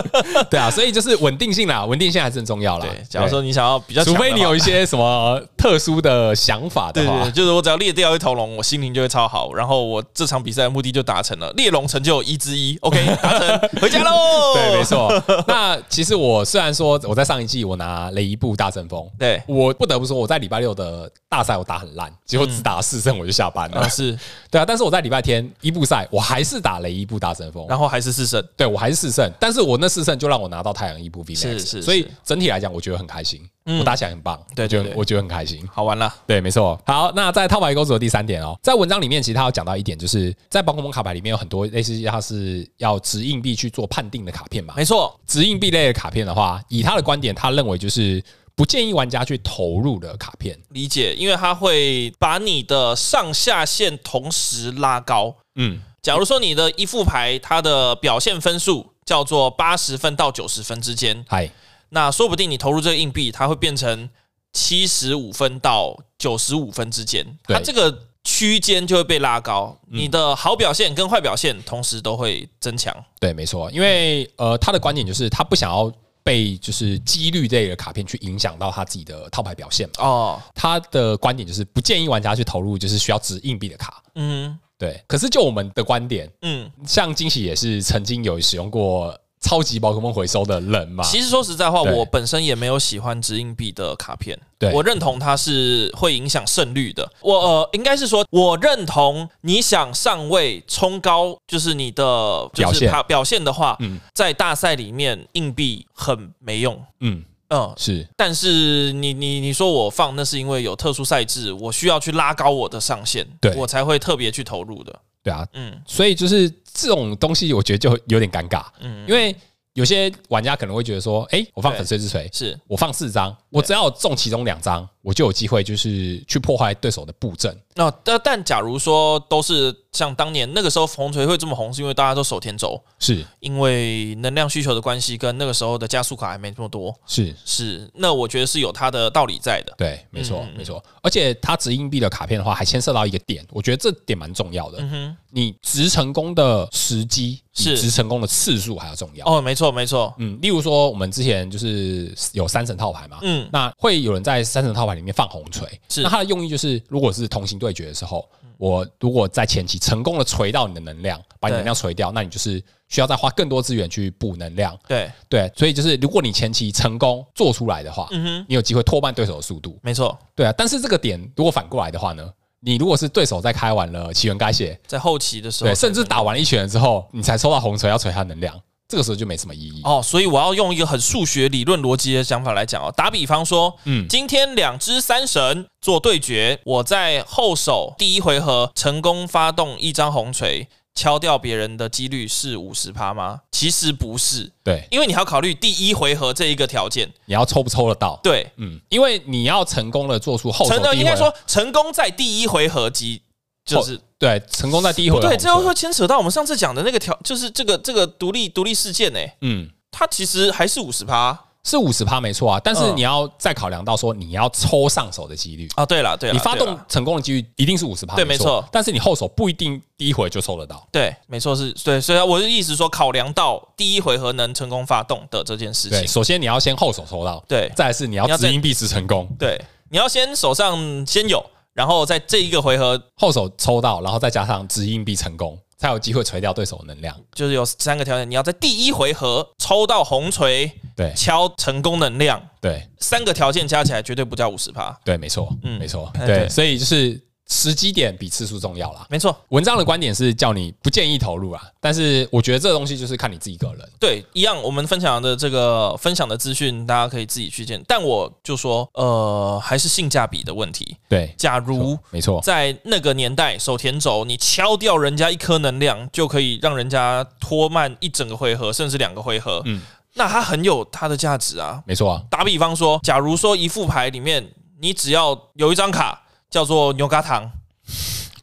Speaker 2: 对啊，所以就是稳定性啦，稳定性还是很重要啦。
Speaker 1: 对，假如说你想要比较强
Speaker 2: 对，除
Speaker 1: 的话，
Speaker 2: 非你有一些什么特殊的想法的
Speaker 1: 对对，
Speaker 2: 话
Speaker 1: 对，就是我只要猎掉一头龙，我心情就会超好，然后我这场比赛的目的就达成了，猎龙成就一之一，OK，达 成，回家喽。
Speaker 2: 对，没，错。那其实我虽然说我在上一季我拿雷伊布大阵风，
Speaker 1: 对，嗯
Speaker 2: 我不得不说，我在礼拜六的大赛我打很烂，结果只打了四胜胜我就下班了
Speaker 1: 啊。是，
Speaker 2: 对啊，但是我在礼拜天伊布赛，我还是打雷伊布大神风，
Speaker 1: 然后还是四胜，
Speaker 2: 对我还是四胜，但是我那四胜就让我拿到太阳伊布 V
Speaker 1: 是
Speaker 2: Max，
Speaker 1: 是
Speaker 2: 所以
Speaker 1: 是
Speaker 2: 整体来讲，我觉得很开心，我打起来很棒，
Speaker 1: 对
Speaker 2: 我觉
Speaker 1: 对
Speaker 2: 得
Speaker 1: 对
Speaker 2: 我觉得很开心。
Speaker 1: 好玩了。
Speaker 2: 对，没错。好，那在套牌钩子的第三点哦，在文章里面其实他有讲到一点，就是在宝可梦卡牌里面有很多类似它是要掷硬币去做判定的卡片嘛。
Speaker 1: 没错，
Speaker 2: 掷硬币类的卡片的话，以他的观点，他认为就是不建议玩家去投入的卡片。
Speaker 1: 理解，因为它会把你的上下限同时拉高。
Speaker 2: 嗯，
Speaker 1: 假如说你的一副牌，它的表现分数叫做八十分到九十分之间，
Speaker 2: 嗨，
Speaker 1: 那说不定你投入这个硬币，它会变成七十五分到九十五分之间，
Speaker 2: 对嗯
Speaker 1: 它这个区间就会被拉高，你的好表现跟坏表现同时都会增强。
Speaker 2: 对，没错，因为呃，他的观点就是他不想要被就是几率类的卡片去影响到他自己的套牌表现嘛。
Speaker 1: 哦，
Speaker 2: 他的观点就是不建议玩家去投入就是需要掷硬币的卡。
Speaker 1: 嗯
Speaker 2: 对，可是就我们的观点，
Speaker 1: 嗯，
Speaker 2: 像惊喜也是曾经有使用过超级宝可梦回收的人嘛，
Speaker 1: 其实说实在话，
Speaker 2: 啊对
Speaker 1: 我本身也没有喜欢掷硬币的卡片。
Speaker 2: 对
Speaker 1: 我认同它是会影响胜率的。我呃，应该是说，我认同你想上位冲高，就是你的就
Speaker 2: 表
Speaker 1: 是
Speaker 2: 现
Speaker 1: 它表现的话，
Speaker 2: 嗯
Speaker 1: 在大赛里面硬币很没用。
Speaker 2: 嗯，
Speaker 1: 嗯，
Speaker 2: 是
Speaker 1: 但是你你你说我放，那是因为有特殊赛制，我需要去拉高我的上限，
Speaker 2: 对
Speaker 1: 我才会特别去投入的。
Speaker 2: 对啊，
Speaker 1: 嗯，
Speaker 2: 所以就是这种东西，我觉得就有点尴尬，
Speaker 1: 嗯
Speaker 2: 嗯，因为有些玩家可能会觉得说，哎、我放粉碎之锤，
Speaker 1: 是
Speaker 2: 我放四张，我只要中其中两张，我就有机会就是去破坏对手的布阵，
Speaker 1: 那但但假如说都是像当年那个时候红锤会这么红，是因为大家都手填轴，
Speaker 2: 是
Speaker 1: 因为能量需求的关系，跟那个时候的加速卡还没这么多。
Speaker 2: 是，
Speaker 1: 是，那我觉得是有它的道理在的。
Speaker 2: 对，没错
Speaker 1: 嗯嗯嗯
Speaker 2: 没错，而且它掷硬币的卡片的话，还牵涉到一个点，我觉得这点蛮重要的，
Speaker 1: 嗯哼，
Speaker 2: 你掷成功的时机
Speaker 1: 是
Speaker 2: 比掷成功的次数还要重要。
Speaker 1: 哦，没错没错，
Speaker 2: 嗯，例如说我们之前就是有三神套牌嘛，
Speaker 1: 嗯
Speaker 2: 那会有人在三神套牌里面放红锤，
Speaker 1: 是
Speaker 2: 那它的用意就是，如果是同行对决的时候，我如果在前期成功的锤到你的能量，把你
Speaker 1: 对
Speaker 2: 能量锤掉，那你就是需要再花更多资源去补能量。
Speaker 1: 对，
Speaker 2: 对，所以就是如果你前期成功做出来的话，
Speaker 1: 嗯哼，
Speaker 2: 你有机会拖慢对手的速度。
Speaker 1: 没错，
Speaker 2: 对啊，但是这个点如果反过来的话呢？你如果是对手在开完了起源该血，
Speaker 1: 在后期的时候
Speaker 2: 对，
Speaker 1: 才能，
Speaker 2: 甚至打完一拳之后，你才抽到红锤要锤他能量，这个时候就没什么意义。
Speaker 1: 哦，所以我要用一个很数学理论逻辑的想法来讲哦。打比方说，嗯，
Speaker 2: 嗯
Speaker 1: 今天两只三神做对决，我在后手第一回合成功发动一张红锤。敲掉别人的几率是五十趴吗？其实不是，
Speaker 2: 对，
Speaker 1: 因为你还要考虑第一回合这一个条件。
Speaker 2: 你要抽不抽得到？
Speaker 1: 对，
Speaker 2: 嗯，因为你要成功的做出后手
Speaker 1: 成呃
Speaker 2: 第一
Speaker 1: 应
Speaker 2: 回啊
Speaker 1: 该
Speaker 2: 合
Speaker 1: 说成功在第一回合及就是
Speaker 2: 对啊成功在第一回
Speaker 1: 不
Speaker 2: 合
Speaker 1: 对，
Speaker 2: 红
Speaker 1: 这又
Speaker 2: 车
Speaker 1: 会牵扯到我们上次讲的那个条，就是这个这个独立独立事件呢、欸
Speaker 2: 嗯
Speaker 1: 它其实还是五十趴
Speaker 2: 是五十趴没错啊，但是
Speaker 1: 嗯
Speaker 2: 你要再考量到说你要抽上手的几率，
Speaker 1: 啊。对了，对了，
Speaker 2: 你发
Speaker 1: 对
Speaker 2: 动
Speaker 1: 啦
Speaker 2: 成功的几率一定是五十趴，
Speaker 1: 对没错
Speaker 2: 但是你后手不一定第一回就抽得到。
Speaker 1: 对，没错，是对，所以啊我的意思说，考量到第一回合能成功发动的这件事
Speaker 2: 对，
Speaker 1: 情，
Speaker 2: 首先你要先后手抽到，
Speaker 1: 对
Speaker 2: 再来是你要
Speaker 1: 你要再
Speaker 2: 掷硬币时成功，
Speaker 1: 对，你要先手上先有，然后在这一个回合
Speaker 2: 后手抽到，然后再加上掷硬币成功，才有机会锤掉对手的能量。
Speaker 1: 就是有三个条件，你要在第一回合抽到红锤，
Speaker 2: 对
Speaker 1: 敲成功能量，
Speaker 2: 对
Speaker 1: 三个条件加起来绝对不叫五十趴，
Speaker 2: 对，没错，
Speaker 1: 嗯
Speaker 2: 没错，
Speaker 1: 哎对
Speaker 2: 对，所以就是时机点比次数重要啦。
Speaker 1: 没错，
Speaker 2: 文章的观点是叫你不建议投入啊，但是我觉得这东西就是看你自己个人。
Speaker 1: 对，一样，我们分享的这个分享的资讯，大家可以自己去见，但我就说，呃，还是性价比的问题，
Speaker 2: 对，
Speaker 1: 假如。
Speaker 2: 没错，
Speaker 1: 在那个年代，手填轴你敲掉人家一颗能量，就可以让人家拖慢一整个回合，甚至两个回合。嗯
Speaker 2: 嗯，
Speaker 1: 那它很有它的价值啊。
Speaker 2: 没错啊，
Speaker 1: 打比方说，假如说一副牌里面，你只要有一张卡叫做牛轧糖，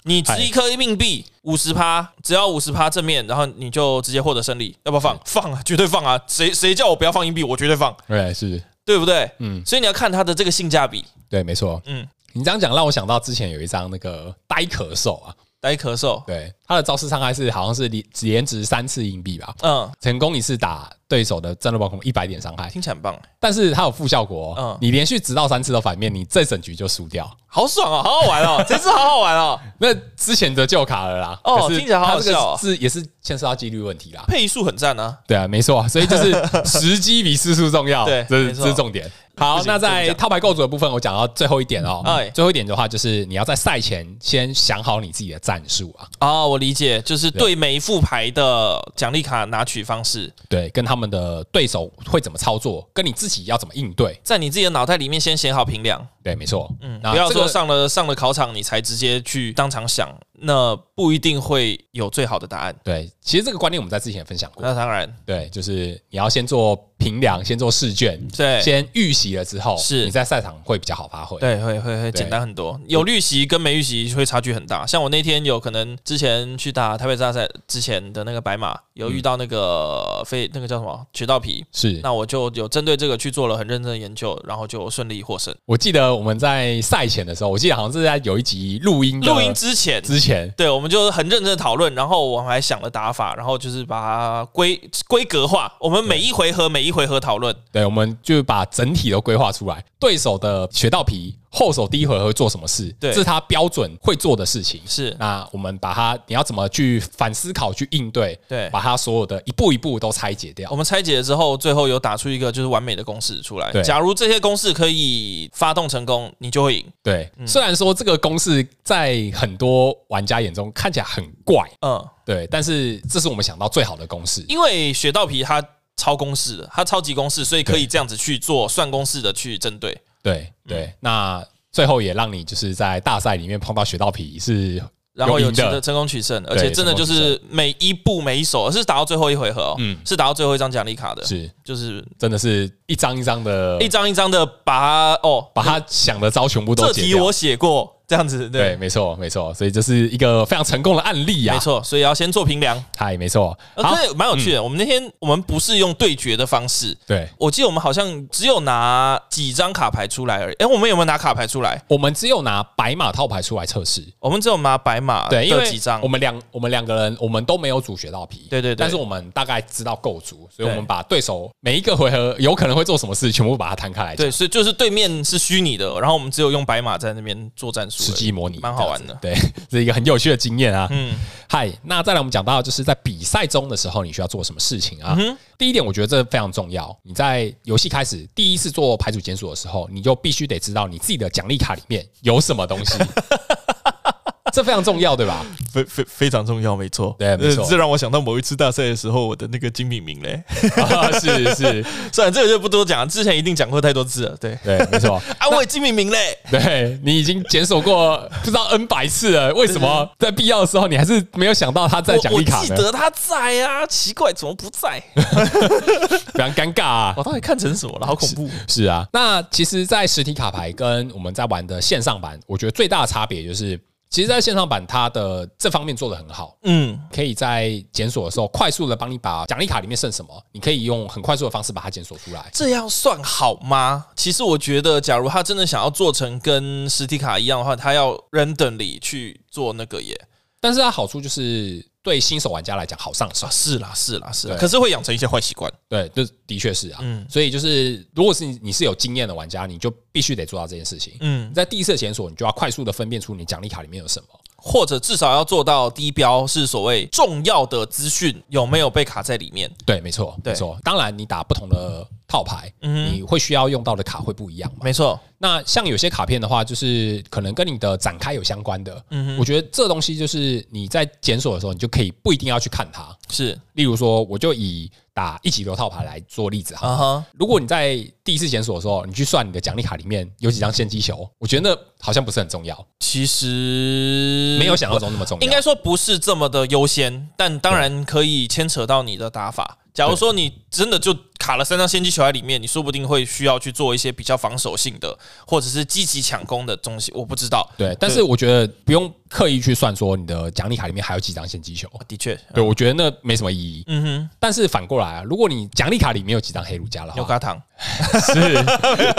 Speaker 1: 你掷一颗硬币五十趴，只要五十趴正面，然后你就直接获得胜利。要不要放？放啊，绝对放啊！谁谁叫我不要放硬币，我绝对放，
Speaker 2: 对，是，
Speaker 1: 对不对？
Speaker 2: 嗯，
Speaker 1: 所以你要看它的这个性价比。
Speaker 2: 对，没错，
Speaker 1: 嗯
Speaker 2: 嗯。你这样讲让我想到之前有一张那个呆咳兽啊，
Speaker 1: 来咳嗽，
Speaker 2: 对，他的招式伤害是好像是连连值三次硬币吧，
Speaker 1: 嗯，
Speaker 2: 成功一次打对手的战斗暴恐一百点伤害，
Speaker 1: 听起来很棒。
Speaker 2: 但是它有负效果、哦，
Speaker 1: 嗯
Speaker 2: 你连续直到三次的反面，你这整局就输掉。
Speaker 1: 好爽哦，好好玩 哦，这次好好玩哦，
Speaker 2: 那之前的旧卡了啦，
Speaker 1: 哦
Speaker 2: 可是
Speaker 1: 听起来好好
Speaker 2: 它这
Speaker 1: 笑哦
Speaker 2: 个是也是牵涉到几率问题啦，
Speaker 1: 配速很赞啊。
Speaker 2: 对啊，没错，所以就是时机比次数重要，
Speaker 1: 对
Speaker 2: 这
Speaker 1: 没
Speaker 2: 是
Speaker 1: 错
Speaker 2: 这是重点。好
Speaker 1: 不，行
Speaker 2: 那
Speaker 1: 不能
Speaker 2: 在
Speaker 1: 讲
Speaker 2: 套牌构筑的部分，我讲到最后一点哦。
Speaker 1: 哎
Speaker 2: 最后一点的话，就是你要在赛前先想好你自己的战术啊，
Speaker 1: 哦，我理解，就是对每一副牌的奖励卡拿取方式，
Speaker 2: 对，跟他们的对手会怎么操作，跟你自己要怎么应对，
Speaker 1: 在你自己的脑袋里面先写好评量，
Speaker 2: 对，没错。嗯，
Speaker 1: 不要
Speaker 2: 这个
Speaker 1: 说上了上了考场你才直接去当场想，那不一定会有最好的答案。
Speaker 2: 对，其实这个观念我们在之前也分享过，
Speaker 1: 那当然，
Speaker 2: 对，就是你要先做评量，先做试卷，
Speaker 1: 嗯对
Speaker 2: 先预习了之后，
Speaker 1: 是
Speaker 2: 你在赛场会比较好发挥。
Speaker 1: 对，会会会简单很多。有预习跟没预习会差距很大。像我那天有可能之前去打台北大赛之前的那个白马，有
Speaker 2: 嗯
Speaker 1: 遇到那个非那个叫什么渠道皮，
Speaker 2: 是
Speaker 1: 那我就有针对这个去做了很认真的研究，然后就顺利获胜。
Speaker 2: 我记得我们在赛前的时候，我记得好像是在有一集录音的
Speaker 1: 录音之前。
Speaker 2: 嗯之前，
Speaker 1: 对，我们就很认真的讨论，然后我们还想了打法，然后就是把它规规格化。我们每一回合每一回合讨论，
Speaker 2: 对，我们就把整体都规划出来，对手的学到皮，后手第一回合会做什么事，
Speaker 1: 对
Speaker 2: 这是他标准会做的事情。
Speaker 1: 是
Speaker 2: 那我们把它，你要怎么去反思考、去应对，
Speaker 1: 对
Speaker 2: 把它所有的一步一步都拆解掉
Speaker 1: 我。们拆解了之后，最后有打出一个就是完美的公式出来。
Speaker 2: 对
Speaker 1: 假如这些公式可以发动成功，你就会赢。
Speaker 2: 对，虽然说这个公式在很多玩家眼中看起来很怪，
Speaker 1: 嗯，
Speaker 2: 对，但是这是我们想到最好的公式。
Speaker 1: 因为雪道皮它超公式的，它超级公式，所以可以这样子去做算公式的去针对。
Speaker 2: 对对，那最后也让你就是在大赛里面碰到雪道皮是
Speaker 1: 然后有
Speaker 2: 赢
Speaker 1: 取得
Speaker 2: 的，
Speaker 1: 成功取胜，而
Speaker 2: 对
Speaker 1: 且真的就是每一步每一手是打到最后一回合哦，
Speaker 2: 嗯
Speaker 1: 是打到最后一张奖励卡的，
Speaker 2: 是
Speaker 1: 就是
Speaker 2: 真的是一张一张的，
Speaker 1: 一张一张的把它哦，
Speaker 2: 把他想的招全部都
Speaker 1: 这
Speaker 2: 解
Speaker 1: 题
Speaker 2: 掉。
Speaker 1: 我写过这样子，
Speaker 2: 对，
Speaker 1: 对，
Speaker 2: 没错，没错，所以这是一个非常成功的案例呀、
Speaker 1: 没，错，所以要先做评量，
Speaker 2: 嗨，没错，
Speaker 1: 呃
Speaker 2: 好，嗯
Speaker 1: 对，蛮有趣的。我们那天我们不是用对决的方式，
Speaker 2: 对，
Speaker 1: 我记得我们好像只有拿几张卡牌出来而已。哎，我们有没有拿卡牌出来？
Speaker 2: 我们只有拿白马套牌出来测试，
Speaker 1: 我们只有拿白马
Speaker 2: 对，因
Speaker 1: 的
Speaker 2: 为
Speaker 1: 啊几张
Speaker 2: 我。们两我们两个人我们都没有组学到皮，
Speaker 1: 对对对
Speaker 2: 但是我们大概知道构筑，所以
Speaker 1: 对
Speaker 2: 我们把对手每一个回合有可能会做什么事，全部把它摊开来讲，
Speaker 1: 对，所以就是对面是虚拟的，然后我们只有用白马在那边做战术而已，
Speaker 2: 实际模拟，
Speaker 1: 蛮好玩的。
Speaker 2: 这样子，对， 是一个很有趣的经验啊。
Speaker 1: 嗯，
Speaker 2: 嗨，那再来我们讲到就是在比赛中的时候，你需要做什么事情啊？
Speaker 1: 嗯
Speaker 2: 第一点，我觉得这非常重要。你在游戏开始第一次做牌组检索的时候，你就必须得知道你自己的奖励卡里面有什么东 西，这非常重要，对吧？
Speaker 1: 非非非常重要，没错，
Speaker 2: 对没错
Speaker 1: 呃这让我想到某一次大赛的时候，我的那个金敏明 嘞。
Speaker 2: 啊是是，
Speaker 1: 算了，这个就不多讲，之前一定讲过太多次了。对，
Speaker 2: 对，没错。
Speaker 1: 安慰金敏明嘞，
Speaker 2: 对你已经检索过不知道 N 百次了，为什么在必要的时候你还是没有想到他在
Speaker 1: 嗯
Speaker 2: 奖
Speaker 1: 我我
Speaker 2: 励卡
Speaker 1: 记
Speaker 2: 呢？
Speaker 1: 得他在啊，奇怪怎么不 在？
Speaker 2: 非常尴尬啊！
Speaker 1: 我到底看成什么了？好恐怖！
Speaker 2: 是啊，那其实，在实体卡牌跟我们在玩的线上版，我觉得最大的差别就是，其实，在线上版它的这方面做得很好，
Speaker 1: 嗯，
Speaker 2: 可以在检索的时候快速的帮你把奖励卡里面剩什么，你可以用很快速的方式把它检索出来。
Speaker 1: 这样算好吗？其实我觉得，假如他真的想要做成跟实体卡一样的话，他要 randomly 去做那个耶。
Speaker 2: 但是它好处就是对新手玩家来讲好上手
Speaker 1: 啊，，是啦，是啦，是啦，
Speaker 2: 对
Speaker 1: 可是会养成一些坏习惯。
Speaker 2: 对，这的确是啊。所以就是如果是你你是有经验的玩家，你就必须得做到这件事情。
Speaker 1: 嗯
Speaker 2: 你，在第一次的检索，你就要快速的分辨出你奖励卡里面有什么。
Speaker 1: 或者至少要做到低标，是所谓重要的资讯有没有被卡在里面？
Speaker 2: 对，没错，
Speaker 1: 对嗯
Speaker 2: 没错。当然，你打不同的套牌，你会需要用到的卡会不一样嘛。
Speaker 1: 没错，
Speaker 2: 那像有些卡片的话，就是可能跟你的展开有相关的。
Speaker 1: 嗯
Speaker 2: 我觉得这东西就是你在检索的时候，你就可以不一定要去看它。
Speaker 1: 是
Speaker 2: 例如说，我就以打一级流套牌来做例子哈。
Speaker 1: 啊哈，
Speaker 2: 如果你在第一次检索的时候，你去算你的奖励卡里面有几张现金球，我觉得那好像不是很重要，
Speaker 1: 其实
Speaker 2: 没有想象中那么重要。
Speaker 1: 应该说不是这么的优先，但当然可以牵扯到你的打法。假如说你真的就卡了三张先机球在里面，你说不定会需要去做一些比较防守性的，或者是积极抢攻的东西，我不知道。
Speaker 2: 对，但是我觉得不用刻意去算说你的奖励卡里面还有几张现金球。
Speaker 1: 的确，
Speaker 2: 对，我觉得那没什么意义。
Speaker 1: 嗯哼，
Speaker 2: 但是反过来啊，如果你奖励卡里面有几张黑卢加的
Speaker 1: 牛
Speaker 2: 话，
Speaker 1: 轧 糖，
Speaker 2: 是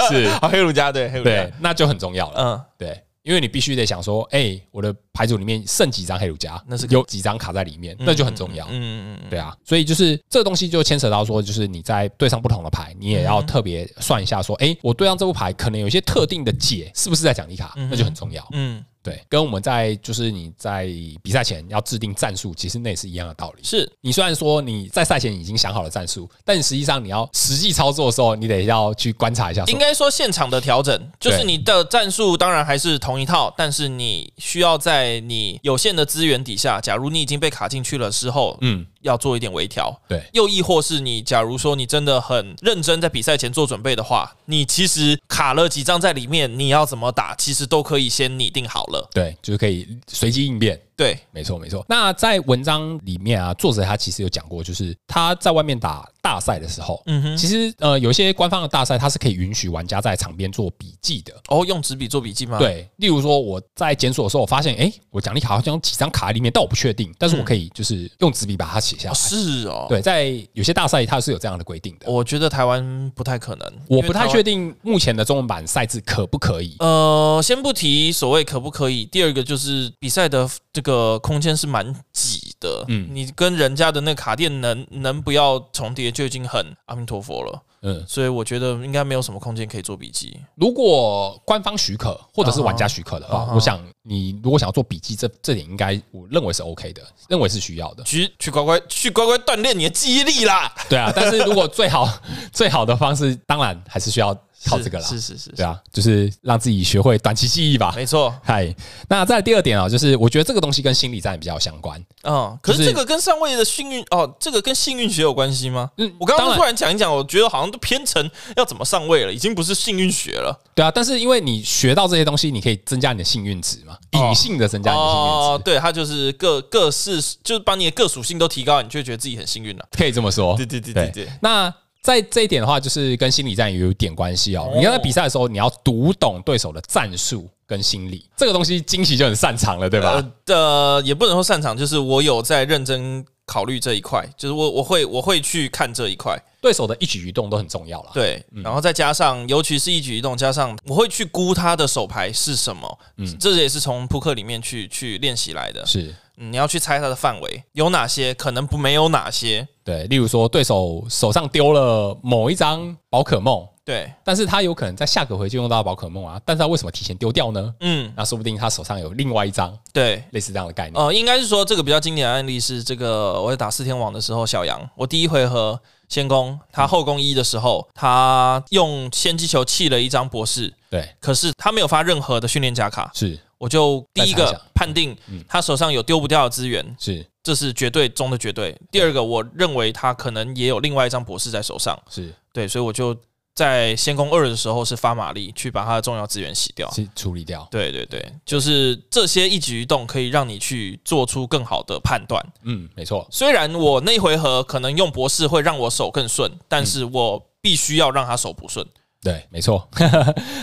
Speaker 2: 是，
Speaker 1: 啊，黑鲁加对，黑鲁
Speaker 2: 对，，那就很重要了。
Speaker 1: 嗯，
Speaker 2: 对，因为你必须得想说，哎、我的牌组里面剩几张黑卢加，
Speaker 1: 那是
Speaker 2: 有几张卡在里面，那就很重要。
Speaker 1: 嗯嗯嗯，
Speaker 2: 对啊，所以就是这东西就牵扯到说，就是你在对上不同的牌，你也
Speaker 1: 嗯
Speaker 2: 要特别算一下，说，哎、我对上这副牌可能有一些特定的解，是不是在奖励卡，那就很重要。
Speaker 1: 嗯，
Speaker 2: 对，跟我们在就是你在比赛前要制定战术，其实那也是一样的道理。
Speaker 1: 是
Speaker 2: 你虽然说你在赛前已经想好了战术，但你实际上你要实际操作的时候，你得要去观察一下说。
Speaker 1: 应该啊说现场的调整，就是
Speaker 2: 对
Speaker 1: 你的战术当然还是同一套，但是你需要在你有限的资源底下，假如你已经被卡进去了之后，
Speaker 2: 嗯，
Speaker 1: 要做一点微调。
Speaker 2: 对
Speaker 1: 又亦或是你，假如说你真的很认真在比赛前做准备的话，你其实卡了几张在里面，你要怎么打，其实都可以先拟定好了。
Speaker 2: 对，就是可以随机应变。
Speaker 1: 对，
Speaker 2: 没错，没错。那在文章里面啊，作者他其实有讲过，就是他在外面打大赛的时候，
Speaker 1: 嗯哼，
Speaker 2: 其实呃，有些官方的大赛它是可以允许玩家在场边做笔记的。
Speaker 1: 哦，用纸笔做笔记吗？，
Speaker 2: 对，例如说我在检索的时候，我发现诶，我奖励卡好像有几张卡在里面，但我不确定，但是我可以就是用纸笔把它写下
Speaker 1: 嗯哦、
Speaker 2: 来。
Speaker 1: 是哦，，
Speaker 2: 对，在有些大赛它是有这样的规定的。
Speaker 1: 我觉得台湾不太可能，
Speaker 2: 我不太
Speaker 1: 定。
Speaker 2: 确定目前的中文版赛制可不可以。
Speaker 1: 呃，先不提所谓可不可以，第二个就是比赛的这个空间是蛮挤的，嗯
Speaker 2: 嗯，
Speaker 1: 你跟人家的那卡垫能能不要重叠就已经很阿弥陀佛了，
Speaker 2: 嗯，
Speaker 1: 所以我觉得应该没有什么空间可以做笔记。
Speaker 2: 如果官方许可或者是玩家许可的
Speaker 1: 啊
Speaker 2: 话
Speaker 1: 哈，
Speaker 2: 我想你如果想要做笔记，这这点应该我认为是 OK 的，认为是需要的。
Speaker 1: 去去乖乖去乖乖锻炼你的记忆力啦，
Speaker 2: 对啊，但是如果最好最好的方式，当然还是需要靠这个啦。
Speaker 1: 是是是
Speaker 2: 对
Speaker 1: 是，
Speaker 2: 啊，就是让自己学会短期记忆吧。
Speaker 1: 没错，
Speaker 2: 嗨，那再来第二点啊，就是我觉得这个东西跟心理战比较相关。
Speaker 1: 嗯，可是
Speaker 2: 就是
Speaker 1: 这个跟上位的幸运哦，这个跟幸运学有关系吗？
Speaker 2: 嗯
Speaker 1: 我刚
Speaker 2: 当
Speaker 1: 刚
Speaker 2: 然
Speaker 1: 突然讲一讲，我觉得好像都偏成要怎么上位了，已经不是幸运学了。
Speaker 2: 对啊，但是因为你学到这些东西，你可以增加你的幸运值嘛，
Speaker 1: 哦
Speaker 2: 隐性的增加你的幸运值，
Speaker 1: 对，它就是各各式，就是把你的各属性都提高，你就会觉得自己很幸运了。
Speaker 2: 可以这么说
Speaker 1: 对。对对对
Speaker 2: 哦对
Speaker 1: 对，
Speaker 2: 那在这一点的话，就是跟心理战也有点关系哦
Speaker 1: 哦。
Speaker 2: 你要在比赛的时候，你要读懂对手的战术跟心理，这个东西惊喜就很擅长了，对吧？
Speaker 1: 呃呃，也不能说擅长，就是我有在认真考虑这一块，就是我我会我会去看这一块，
Speaker 2: 对手的一举一动都很重要啦。
Speaker 1: 对，然后再加上尤其是一举一动，加上我会去估他的手牌是什么，嗯，这也是从扑克里面去去练习来的。
Speaker 2: 是。
Speaker 1: 嗯，你要去猜它的范围有哪些，可能不没有哪些，
Speaker 2: 对，例如说对手手上丢了某一张宝可梦，
Speaker 1: 对，
Speaker 2: 但是他有可能在下个回就用到宝可梦啊，但是他为什么提前丢掉呢？
Speaker 1: 嗯，
Speaker 2: 那说不定他手上有另外一张
Speaker 1: 对，
Speaker 2: 类似这样的概念。
Speaker 1: 呃，应该是说这个比较经典的案例是这个，我在打四天王的时候，小杨，我第一回合先攻他后攻一的时候，他用先机球气了一张博士，
Speaker 2: 对，
Speaker 1: 可是他没有发任何的训练家卡，
Speaker 2: 是
Speaker 1: 我就第一
Speaker 2: 再查一
Speaker 1: 个
Speaker 2: 下
Speaker 1: 判定他手上有丢不掉的资源，
Speaker 2: 是
Speaker 1: 这是绝对中的绝对。第二个，我认为他可能也有另外一张博士在手上，
Speaker 2: 是
Speaker 1: 对，所以我就在先攻二的时候是发马力去把他的重要资源洗掉。
Speaker 2: 是处理掉。
Speaker 1: 对对对，就是这些一举一动可以让你去做出更好的判断。
Speaker 2: 嗯，没错，
Speaker 1: 虽然我那一回合可能用博士会让我手更顺，但是我必须要让他手不顺。
Speaker 2: 对，没错。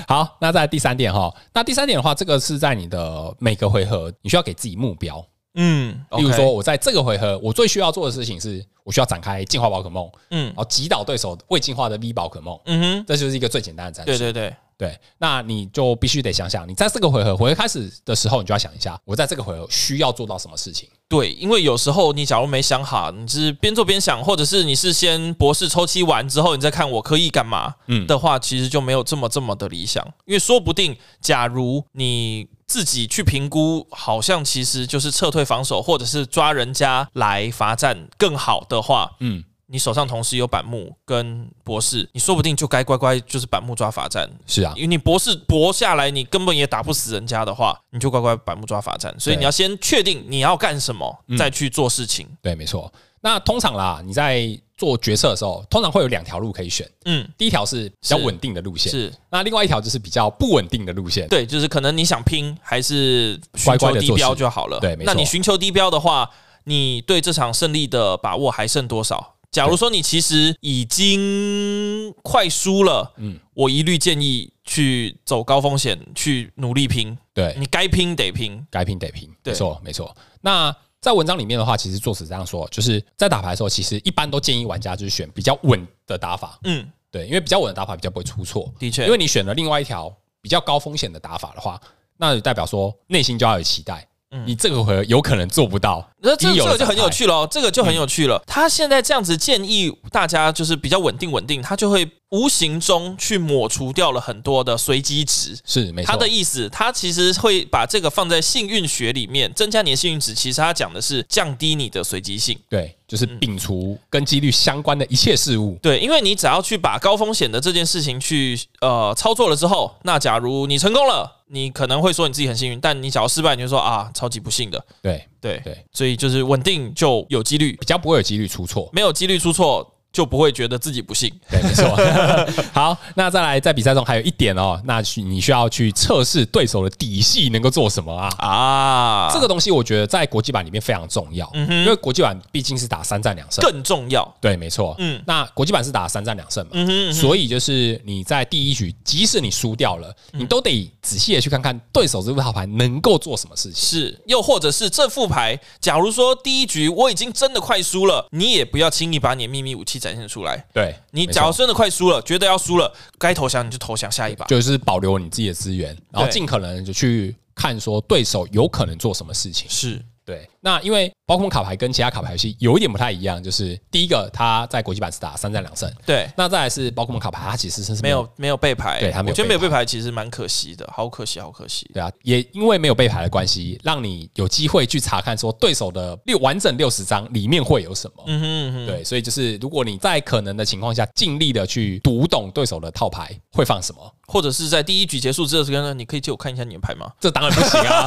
Speaker 2: 好，那再来第三点哈，那第三点的话，这个是在你的每个回合，你需要给自己目标。
Speaker 1: 嗯，
Speaker 2: 例如
Speaker 1: OK
Speaker 2: 说，，我在这个回合，我最需要做的事情是，我需要展开进化宝可梦，
Speaker 1: 嗯
Speaker 2: 然后击倒对手未进化的 V 宝可梦，
Speaker 1: 嗯哼，
Speaker 2: 这就是一个最简单的战术。
Speaker 1: 对对对，
Speaker 2: 对，那你就必须得想想，你在这个回合回合开始的时候，你就要想一下，我在这个回合需要做到什么事情。
Speaker 1: 对，因为有时候你假如没想好，你是边做边想，或者是你是先博士抽期完之后，你再看我可以干嘛，嗯
Speaker 2: 嗯
Speaker 1: 的话，其实就没有这么这么的理想。因为说不定，假如你自己去评估，好像其实就是撤退防守，或者是抓人家来罚站更好的话，
Speaker 2: 嗯，
Speaker 1: 你手上同时有板木跟博士，你说不定就该乖乖就是板木抓罚站，
Speaker 2: 是啊
Speaker 1: 因，为你博士搏下来，你根本也打不死人家的话，你就乖乖板木抓罚站。所以
Speaker 2: 对嗯
Speaker 1: 你要先确定你要干什么，再去做事情。
Speaker 2: 对，没错。那通常啦，你在做决策的时候，通常会有两条路可以选。
Speaker 1: 嗯，
Speaker 2: 第一条是比较稳定的路线，
Speaker 1: 是
Speaker 2: 那另外一条就是比较不稳定的路线。
Speaker 1: 对，就是可能你想拼，还是寻
Speaker 2: 乖乖
Speaker 1: 求
Speaker 2: 地
Speaker 1: 低标
Speaker 2: 做事
Speaker 1: 就好了。
Speaker 2: 对没
Speaker 1: 那你
Speaker 2: 错
Speaker 1: 寻求低标的话，你对这场胜利的把握还剩多少？假如说你其实已经快输了，嗯
Speaker 2: 嗯，
Speaker 1: 我一律建议去走高风险，去努力拼。
Speaker 2: 对，
Speaker 1: 你该拼得拼，
Speaker 2: 该拼得拼，
Speaker 1: 对
Speaker 2: 没错，没错。那在文章里面的话，其实作者这样说，就是在打牌的时候，其实一般都建议玩家就是选比较稳的打法，
Speaker 1: 嗯，
Speaker 2: 对，因为比较稳的打法比较不会出错。
Speaker 1: 的确，
Speaker 2: 因为你选了另外一条比较高风险的打法的话，那就代表说内心就要有期待，
Speaker 1: 嗯
Speaker 2: 你这个回合有可能做不到。
Speaker 1: 那这
Speaker 2: 已有
Speaker 1: 这
Speaker 2: 了
Speaker 1: 个就很有
Speaker 2: 展开
Speaker 1: 趣了哦，这个就很有趣
Speaker 2: 嗯
Speaker 1: 了。他现在这样子建议大家就是比较稳定稳定，他就会无形中去抹除掉了很多的随机值。
Speaker 2: 是没错。
Speaker 1: 他的意思，他其实会把这个放在幸运学里面，增加你的幸运值。其实他讲的是降低你的随机性。
Speaker 2: 对，就是
Speaker 1: 嗯
Speaker 2: 摒除跟几率相关的一切事物。
Speaker 1: 对，因为你只要去把高风险的这件事情去呃操作了之后，那假如你成功了，你可能会说你自己很幸运，但你假如失败，你就说啊超级不幸的。
Speaker 2: 对
Speaker 1: 对，
Speaker 2: 对，
Speaker 1: 所以就是稳定就有几率，
Speaker 2: 比较不会有几率出错。
Speaker 1: 没有几率出错就不会觉得自己不幸。
Speaker 2: 对，没错。 好，那再来，在比赛中还有一点哦，那需你需要去测试对手的底细能够做什么啊？
Speaker 1: 啊，
Speaker 2: 这个东西我觉得在国际版里面非常重要，
Speaker 1: 嗯
Speaker 2: 因为国际版毕竟是打三战两胜。
Speaker 1: 更重要。
Speaker 2: 对，没错。
Speaker 1: 嗯
Speaker 2: 嗯，那国际版是打三战两胜嘛，
Speaker 1: 嗯哼，
Speaker 2: 所以就是你在第一局，即使你输掉了，
Speaker 1: 嗯
Speaker 2: 你都得仔细的去看看对手这副套牌能够做什么事情。
Speaker 1: 是，又或者是这副牌，假如说第一局我已经真的快输了，你也不要轻易把你的秘密武器展现出来。
Speaker 2: 对，
Speaker 1: 你
Speaker 2: 没错
Speaker 1: 假如真的快输了，觉得要输了，该投降你就投降下一把。
Speaker 2: 就是保留你自己的资源，然后
Speaker 1: 对
Speaker 2: 尽可能就去看说对手有可能做什么事情。
Speaker 1: 是，
Speaker 2: 对，那因为包空卡牌跟其他卡牌游戏有一点不太一样，就是第一个它在国际版是打三战两胜，
Speaker 1: 对，
Speaker 2: 那再来是包空卡牌，它其实是
Speaker 1: 没有没有被牌，
Speaker 2: 对他没有
Speaker 1: 我觉得没有被
Speaker 2: 被
Speaker 1: 牌其实蛮可惜的，好可惜，好可惜。
Speaker 2: 对啊，也因为没有备牌的关系，让你有机会去查看说对手的六完整六十张里面会有什么。
Speaker 1: 嗯哼嗯哼，
Speaker 2: 对，所以就是如果你在可能的情况下，尽力的去读懂对手的套牌会放什么，
Speaker 1: 或者是在第一局结束之后，跟他说你可以借我看一下你的牌吗？
Speaker 2: 这当然不行啊！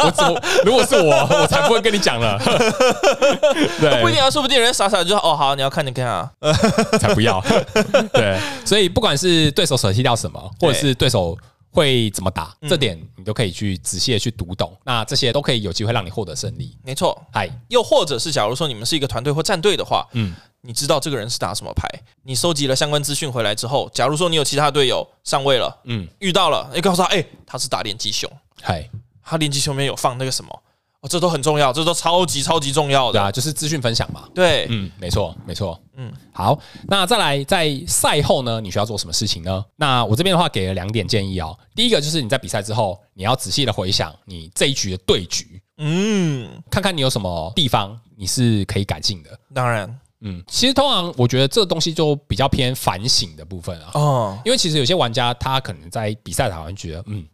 Speaker 2: 我怎么如果是我，我才不会跟你讲了。 对，
Speaker 1: 不一定啊，说不定人家傻傻就说哦好，你要看你看啊，
Speaker 2: 才不要。 对，所以不管是对手舍弃掉什么，或者是对嗯手会怎么打，这点你都可以去仔细的去读懂。那这些都可以有机会让你获得胜利。
Speaker 1: 没错。
Speaker 2: 嗨，
Speaker 1: 又或者是假如说你们是一个团队或战队的话，嗯
Speaker 2: 嗯，
Speaker 1: 你知道这个人是打什么牌，你收集了相关资讯回来之后，假如说你有其他队友上位了，
Speaker 2: 嗯，
Speaker 1: 遇到了，你告诉他，哎、他是打连击熊，
Speaker 2: 嗨，
Speaker 1: 他连击熊里面有放那个什么，哦，这都很重要，这都超级超级重要
Speaker 2: 对
Speaker 1: 的，
Speaker 2: 啊，就是资讯分享嘛。
Speaker 1: 对，
Speaker 2: 嗯，没错，没错。
Speaker 1: 嗯
Speaker 2: 嗯，好，那再来，在赛后呢，你需要做什么事情呢？那我这边的话给了两点建议哦。第一个就是你在比赛之后，你要仔细的回想你这一局的对局，
Speaker 1: 嗯，
Speaker 2: 看看你有什么地方你是可以改进的。
Speaker 1: 当然，
Speaker 2: 嗯，其实通常我觉得这个东西就比较偏反省的部分啊，
Speaker 1: 哦，
Speaker 2: 因为其实有些玩家他可能在比赛打完觉得，嗯，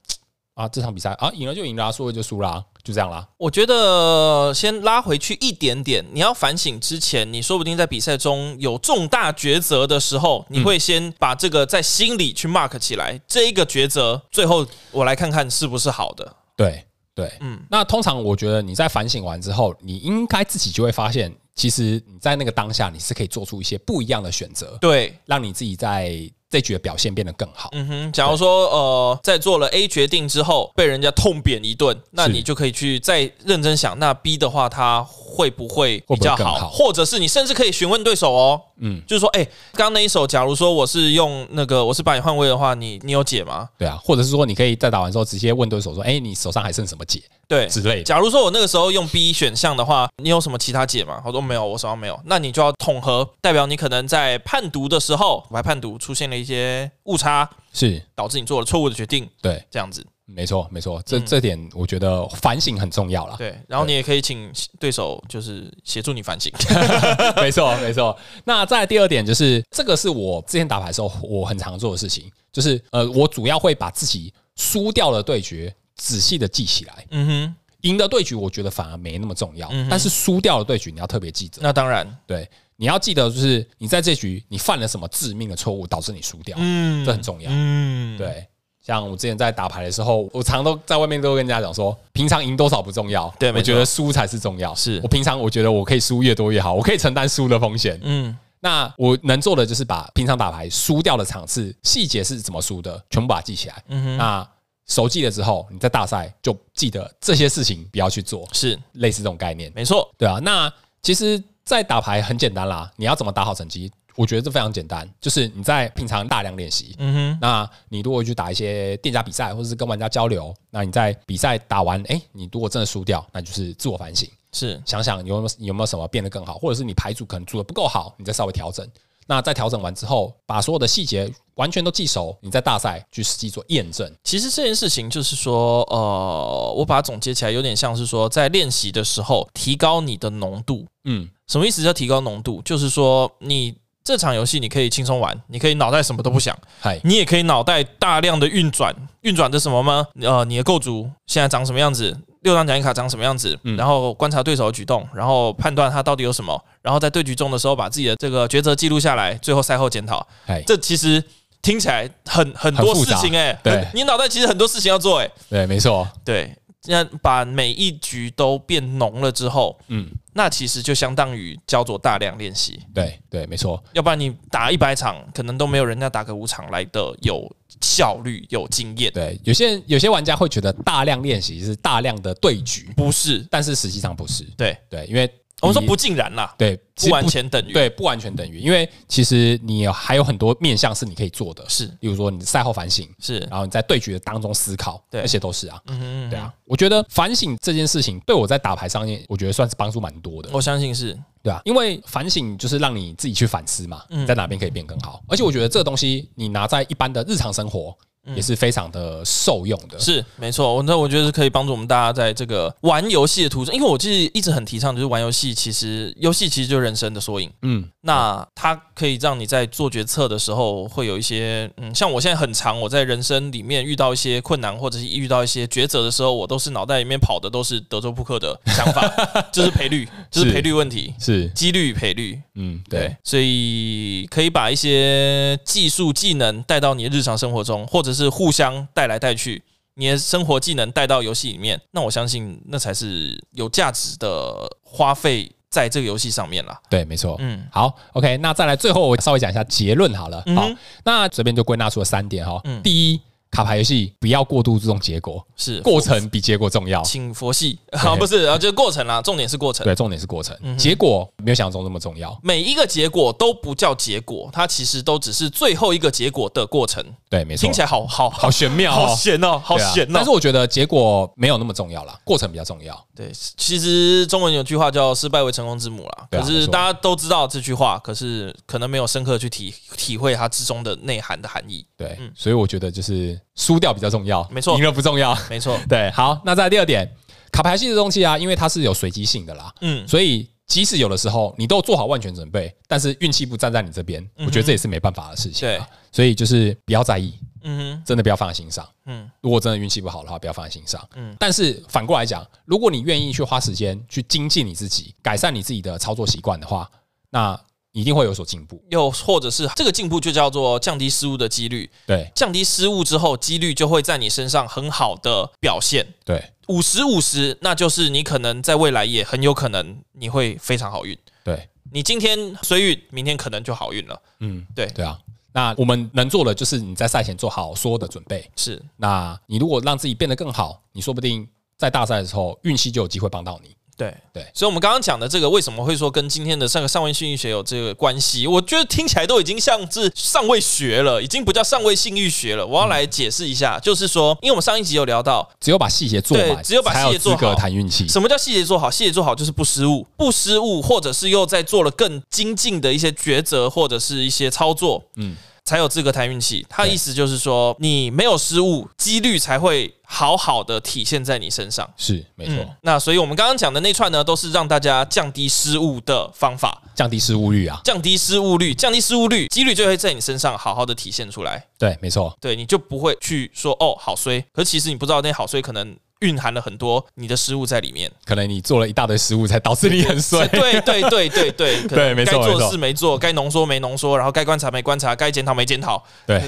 Speaker 2: 啊这场比赛啊赢了就赢了、啊，输了就输啦、就这样啦。
Speaker 1: 我觉得先拉回去一点点，你要反省之前，你说不定在比赛中有重大抉择的时候，你会先把这个在心里去 mark 起来。这一个抉择，最后我来看看是不是好的。
Speaker 2: 对对，
Speaker 1: 嗯
Speaker 2: 嗯。那通常我觉得你在反省完之后，你应该自己就会发现，其实你在那个当下你是可以做出一些不一样的选择，
Speaker 1: 对，
Speaker 2: 让你自己在这局的表现变得更好。
Speaker 1: 嗯哼，假如说呃，在做了 A 决定之后被人家痛扁一顿，那
Speaker 2: 是
Speaker 1: 你就可以去再认真想，那 B 的话它会不会比较
Speaker 2: 会不会
Speaker 1: 好？
Speaker 2: 更好
Speaker 1: 或者是你甚至可以询问对手哦，
Speaker 2: 嗯，
Speaker 1: 就是说，哎、刚刚那一手，假如说我是用那个我是把你换位的话，你你有解吗？
Speaker 2: 对啊，或者是说你可以在打完之后直接问对手说，哎，你手上还剩什么解
Speaker 1: 对，
Speaker 2: 之类的。
Speaker 1: 假如说我那个时候用 B 选项的话，你有什么其他解吗？他说没有，我手上没有。那你就要统合，代表你可能在判读的时候，我还判读出现了一些误差，
Speaker 2: 是，
Speaker 1: 导致你做了错误的决定，
Speaker 2: 对。
Speaker 1: 这样子。
Speaker 2: 没错，没错，这、
Speaker 1: 嗯
Speaker 2: 这点我觉得反省很重要啦。
Speaker 1: 对，然后你也可以请对手就是协助你反省。
Speaker 2: 没错，没错。那再来第二点就是，这个是我之前打牌的时候我很常做的事情，就是呃，我主要会把自己输掉的对决仔细的记起来，
Speaker 1: 嗯
Speaker 2: 赢的对局我觉得反而没那么重要，
Speaker 1: 嗯哼
Speaker 2: 但是输掉的对局你要特别记
Speaker 1: 哼，
Speaker 2: 着，
Speaker 1: 那当然，
Speaker 2: 对，你要记得就是你在这局你犯了什么致命的错误导致你输掉，
Speaker 1: 嗯
Speaker 2: 这很重要，
Speaker 1: 嗯，
Speaker 2: 对。像我之前在打牌的时候，我常都在外面都会跟人家讲说，平常赢多少不重要，
Speaker 1: 对没
Speaker 2: 我
Speaker 1: 错
Speaker 2: 觉得输才是重要。
Speaker 1: 是
Speaker 2: 我平常我觉得我可以输越多越好，我可以承担输的风险。
Speaker 1: 嗯，
Speaker 2: 那我能做的就是把平常打牌输掉的场次、细节是怎么输的，全部把它记起来。
Speaker 1: 嗯哼
Speaker 2: 那熟记了之后，你在大赛就记得这些事情不要去做，
Speaker 1: 是
Speaker 2: 类似这种概念，
Speaker 1: 没错。
Speaker 2: 对啊。那其实，在打牌很简单啦，你要怎么打好成绩，我觉得这非常简单，就是你在平常大量练习。
Speaker 1: 嗯
Speaker 2: 那你如果去打一些店家比赛，或者是跟玩家交流，那你在比赛打完，哎、你如果真的输掉，那就是自我反省。
Speaker 1: 哼，是
Speaker 2: 想想有没有有没有什么变得更好，或者是你牌组可能组的不够好，你再稍微调整。那在调整完之后，把所有的细节完全都记熟，你在大赛去实际做验证。
Speaker 1: 其实这件事情就是说，呃，我把它总结起来，有点像是说，在练习的时候提高你的浓度。
Speaker 2: 嗯，
Speaker 1: 什么意思叫提高浓度？就是说，你这场游戏你可以轻松玩，你可以脑袋什么都不想，
Speaker 2: 嗨，
Speaker 1: 你也可以脑袋大量的运转， 运转的什么吗？呃，你的构筑现在长什么样子？六张奖励卡长什么样子？
Speaker 2: 嗯
Speaker 1: 然后观察对手的举动，然后判断他到底有什么，然后在对局中的时候把自己的这个抉择记录下来，最后赛后检讨。
Speaker 2: 嗨，
Speaker 1: 这其实听起来很很
Speaker 2: 很
Speaker 1: 多
Speaker 2: 复
Speaker 1: 事
Speaker 2: 杂
Speaker 1: 情哎、
Speaker 2: 对
Speaker 1: 很你脑袋其实很多事情要做哎、
Speaker 2: 对，没错，
Speaker 1: 对，那把每一局都变浓了之后，
Speaker 2: 嗯，
Speaker 1: 那其实就相当于叫做大量练习，
Speaker 2: 对对，没错，
Speaker 1: 要不然你打一百场，可能都没有人家打个五场来的有效率、有经验。
Speaker 2: 对。有些人有些玩家会觉得大量练习是大量的对局，
Speaker 1: 不是，
Speaker 2: 但是实际上不是。
Speaker 1: 对，
Speaker 2: 对，因为
Speaker 1: 哦我们说
Speaker 2: 你
Speaker 1: 不尽然啦，
Speaker 2: 对，其
Speaker 1: 不
Speaker 2: 实
Speaker 1: 完全等于。，
Speaker 2: 对，不完全等于，因为其实你有还有很多面向是你可以做的，
Speaker 1: 是
Speaker 2: 例如说你赛后反省，
Speaker 1: 是，
Speaker 2: 然后你在对决当中思考，
Speaker 1: 对
Speaker 2: 那些都是啊。
Speaker 1: 嗯哼
Speaker 2: 对，啊，我觉得反省这件事情对我在打牌上面，我觉得算是帮助蛮多的
Speaker 1: 嗯。我相信是
Speaker 2: 对啊，因为反省就是让你自己去反思嘛，
Speaker 1: 嗯
Speaker 2: 在哪边可以变更好。而且我觉得这个东西你拿在一般的日常生活也是非常的受用的。
Speaker 1: 嗯是没错。我那我觉得是可以帮助我们大家在这个玩游戏的途中，因为我其实一直很提倡，就是玩游戏，其实游戏其实就是人生的缩影。
Speaker 2: 嗯，
Speaker 1: 那它可以让你在做决策的时候会有一些，嗯，像我现在很长，我在人生里面遇到一些困难，或者是遇到一些抉择的时候，我都是脑袋里面跑的都是德州扑克的想法，就是赔率，就是
Speaker 2: 是
Speaker 1: 赔率问题，
Speaker 2: 是，
Speaker 1: 几率赔率，
Speaker 2: 嗯，
Speaker 1: 对
Speaker 2: 对，，
Speaker 1: 所以可以把一些技术技能带到你的日常生活中，或者是互相带来带去，你的生活技能带到游戏里面，那我相信那才是有价值的花费在这个游戏上面啦。
Speaker 2: 对，没错。
Speaker 1: 嗯，
Speaker 2: 好，OK，那再来最后我稍微讲一下结论好了。
Speaker 1: 嗯
Speaker 2: 好
Speaker 1: 哼，
Speaker 2: 那这边就归纳出了三点哈、
Speaker 1: 嗯
Speaker 2: 第一，卡牌游戏不要过度注重结果，
Speaker 1: 是
Speaker 2: 过程比结果重要。
Speaker 1: 请佛系 啊，不是啊，就是过程啦，重点是过程。
Speaker 2: 对，重点是过程，
Speaker 1: 嗯哼
Speaker 2: 结果没有想象中那么重要。
Speaker 1: 每一个结果都不叫结果，它其实都只是最后一个结果的过程。
Speaker 2: 对，没错。
Speaker 1: 听起来好好
Speaker 2: 好玄妙
Speaker 1: 好
Speaker 2: 哦，
Speaker 1: 悬哦，好
Speaker 2: 对啊
Speaker 1: 悬哦
Speaker 2: 但是。我觉得结果没有那么重要啦，过程比较重要。
Speaker 1: 对，其实中文有句话叫“失败为成功之母”啦，
Speaker 2: 对
Speaker 1: 可
Speaker 2: 啊
Speaker 1: 是
Speaker 2: 没错
Speaker 1: 大家都知道这句话，可是可能没有深刻去体体会它之中的内涵的含义。
Speaker 2: 对，
Speaker 1: 嗯
Speaker 2: 所以我觉得就是输掉比较重要，
Speaker 1: 没错
Speaker 2: 赢了不重要。
Speaker 1: 没 错，
Speaker 2: 对，好，那再来第二点，卡牌系的东西啊，因为它是有随机性的啦，
Speaker 1: 嗯，
Speaker 2: 所以即使有的时候你都做好万全准备，但是运气不站在你这边，我觉得这也是没办法的事情、啊。所以就是不要在意，
Speaker 1: 嗯
Speaker 2: 真的不要放在心上。
Speaker 1: 哼，嗯，
Speaker 2: 如果真的运气不好的话，不要放在心上。
Speaker 1: 嗯
Speaker 2: 嗯，但是反过来讲，如果你愿意去花时间去精进你自己，改善你自己的操作习惯的话，那你一定会有所进步。
Speaker 1: 又或者是这个进步就叫做降低失误的几率，
Speaker 2: 对
Speaker 1: 降低失误之后，几率就会在你身上很好的表现。
Speaker 2: 对
Speaker 1: 五十五十，那就是你可能在未来也很有可能你会非常好运。
Speaker 2: 对，
Speaker 1: 你今天衰运，明天可能就好运了。
Speaker 2: 嗯，
Speaker 1: 对
Speaker 2: 对啊。那我们能做的就是你在赛前做好所有的准备。
Speaker 1: 是
Speaker 2: 那你如果让自己变得更好，你说不定在大赛的时候运气就有机会帮到你。
Speaker 1: 对
Speaker 2: 对
Speaker 1: 所以我们刚刚讲的这个为什么会说跟今天的上个上位性欲学有这个关系？我觉得听起来都已经像是上位学了，已经不叫上位性欲学了。我要来解释一下，就是说，因为我们上一集有聊到
Speaker 2: 只有把细节做
Speaker 1: 对
Speaker 2: 满，
Speaker 1: 只有把
Speaker 2: 才
Speaker 1: 细节
Speaker 2: 有
Speaker 1: 做
Speaker 2: 资
Speaker 1: 好
Speaker 2: 格谈运气。
Speaker 1: 什么叫细节做好，细节做好就是不失误，不失误，或者是又在做了更精进的一些抉择或者是一些操作，
Speaker 2: 嗯，
Speaker 1: 才有资格谈运气。他的
Speaker 2: 对
Speaker 1: 意思就是说，你没有失误，几率才会好好的体现在你身上。
Speaker 2: 是没错，
Speaker 1: 嗯，那所以我们刚刚讲的那串呢，都是让大家降低失误的方法。
Speaker 2: 降低失误率啊。
Speaker 1: 降低失误率，降低失误率，几率就会在你身上好好的体现出来。
Speaker 2: 对，没错，
Speaker 1: 对，你就不会去说哦好衰，可是其实你不知道那些好衰可能蕴含了很多你的失误在里面。
Speaker 2: 可能你做了一大堆失误，才导致你很衰。
Speaker 1: 对对对对 对，可能
Speaker 2: 对没错
Speaker 1: 该做的
Speaker 2: 没错
Speaker 1: 事没做，该浓缩没浓缩，然后该观察没观察，该检讨没检讨。
Speaker 2: 对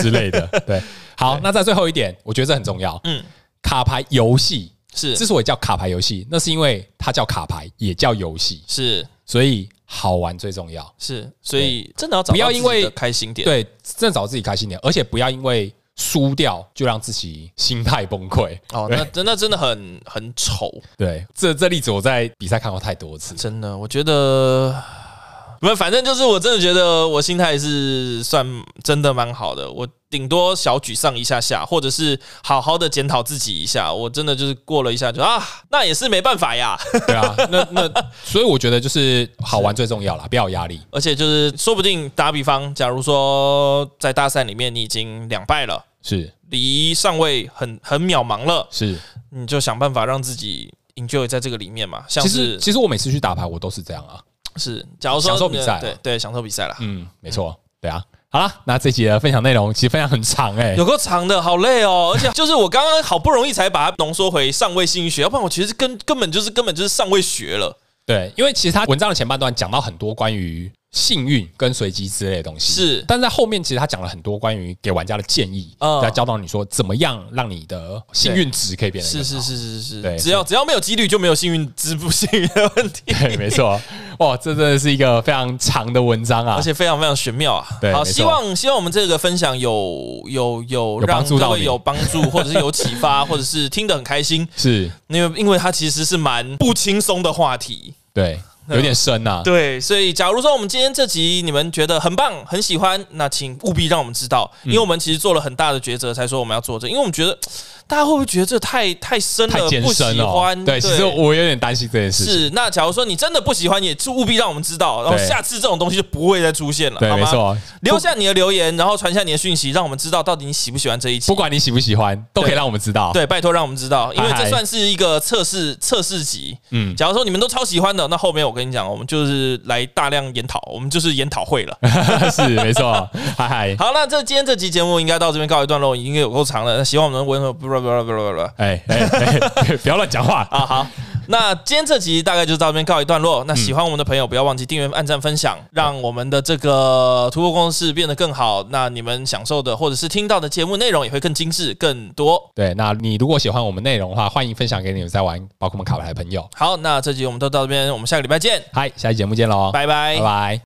Speaker 2: 之类的。对，好，那在最后一点，我觉得这很重要。
Speaker 1: 嗯，
Speaker 2: 卡牌游戏
Speaker 1: 是
Speaker 2: 之所以叫卡牌游戏，那是因为它叫卡牌，也叫游戏，
Speaker 1: 是
Speaker 2: 所以好玩最重要。
Speaker 1: 是，所以真的要找到
Speaker 2: 不要因为
Speaker 1: 自己的开心点。
Speaker 2: 对，正找自己开心点，而且不要因为输掉就让自己心态崩溃。
Speaker 1: 哦，那真那真的很很丑，
Speaker 2: 对，这这例子我在比赛看过太多次。
Speaker 1: 真的，我觉得不，反正就是我真的觉得我心态是算真的蛮好的，我顶多小沮丧一下下，或者是好好的检讨自己一下。我真的就是过了一下就啊，那也是没办法呀。
Speaker 2: 对啊，那那所以我觉得就是好玩最重要啦，不要有压力。
Speaker 1: 而且就是说不定打比方，假如说在大赛里面你已经两败了，
Speaker 2: 是
Speaker 1: 离上位很很渺茫了，
Speaker 2: 是，
Speaker 1: 你就想办法让自己 enjoy 在这个里面嘛。像
Speaker 2: 其实
Speaker 1: 是
Speaker 2: 其实我每次去打牌，我都是这样啊。
Speaker 1: 是，假如说呃
Speaker 2: 享受比赛啊
Speaker 1: 对对，享受比赛啦。
Speaker 2: 嗯，没错，对啊。好啦，那这集的分享内容其实分享很长哎、
Speaker 1: 有够长的，好累哦！而且就是我刚刚好不容易才把它浓缩回上位心理学，要不然我其实根根本就是根本就是上位学了。
Speaker 2: 对，因为其实他文章的前半段讲到很多关于幸运跟随机之类的东西，
Speaker 1: 是
Speaker 2: 但在后面其实他讲了很多关于给玩家的建议，
Speaker 1: 嗯
Speaker 2: 要教导你说怎么样让你的幸运值可以变得更
Speaker 1: 是
Speaker 2: 好
Speaker 1: 是。是是是，
Speaker 2: 对
Speaker 1: 只要只要没有几率就没有幸运之不幸运的问题，
Speaker 2: 对，没错，哇，这真的是一个非常长的文章啊
Speaker 1: 而！且非常非常玄妙啊。
Speaker 2: 对
Speaker 1: 好，
Speaker 2: 没错
Speaker 1: 希望希望我们这个分享有有有
Speaker 2: 有帮
Speaker 1: 让
Speaker 2: 助
Speaker 1: 各
Speaker 2: 到
Speaker 1: 位
Speaker 2: 你
Speaker 1: 有帮助， 或者是有启 发，或者是听得很开心，
Speaker 2: 是，
Speaker 1: 因为因为它其实是蛮不轻松的话题。
Speaker 2: 对，有点深呐、啊。
Speaker 1: 对，所以假如说我们今天这集你们觉得很棒、很喜欢，那请务必让我们知道，
Speaker 2: 嗯
Speaker 1: 因为我们其实做了很大的抉择，才说我们要做这，因为我们觉得嘖大家会不会觉得这太太深
Speaker 2: 太
Speaker 1: 了，
Speaker 2: 艰
Speaker 1: 不喜
Speaker 2: 深了、
Speaker 1: 欢？
Speaker 2: 对，其实我有点担心这件事情。
Speaker 1: 是。那假如说你真的不喜欢，也务必让我们知道，然后
Speaker 2: 对
Speaker 1: 下次这种东西就不会再出现了，
Speaker 2: 对，
Speaker 1: 好
Speaker 2: 没
Speaker 1: 吗？
Speaker 2: 错，
Speaker 1: 留下你的留言，然后传下你的讯息，让我们知道到底你喜不喜欢这一集
Speaker 2: 不。管你喜不喜欢，都可以让我们知道。，
Speaker 1: 对，拜托让我们知道，因为
Speaker 2: 嗨
Speaker 1: 这
Speaker 2: 嗨
Speaker 1: 算是一个测试测试集。
Speaker 2: 嗯，
Speaker 1: 假如说你们都超喜欢的，那后面我跟你讲，我们就是来大量研讨，我们就是研讨 会了。
Speaker 2: 是没错，嗨嗨，
Speaker 1: 好，那这今天这期节目应该到这边告一段落，已经有够长了。那希望我们的温和不不不不不不
Speaker 2: 哎哎哎， 不要乱讲话。
Speaker 1: 啊好。那今天这集大概就到这边告一段落。那喜欢我们的朋友，不要忘记订阅、按赞、分享，让我们的这个突破公式变得更好。那你们享受的或者是听到的节目内容也会更精致、更多。
Speaker 2: 对，那你如果喜欢我们内容的话，欢迎分享给你们在玩宝可梦卡牌的朋友。
Speaker 1: 好，那这集我们都到这边，我们下个礼拜见，
Speaker 2: 嗨，下期节目见喽，
Speaker 1: 拜拜
Speaker 2: 拜拜。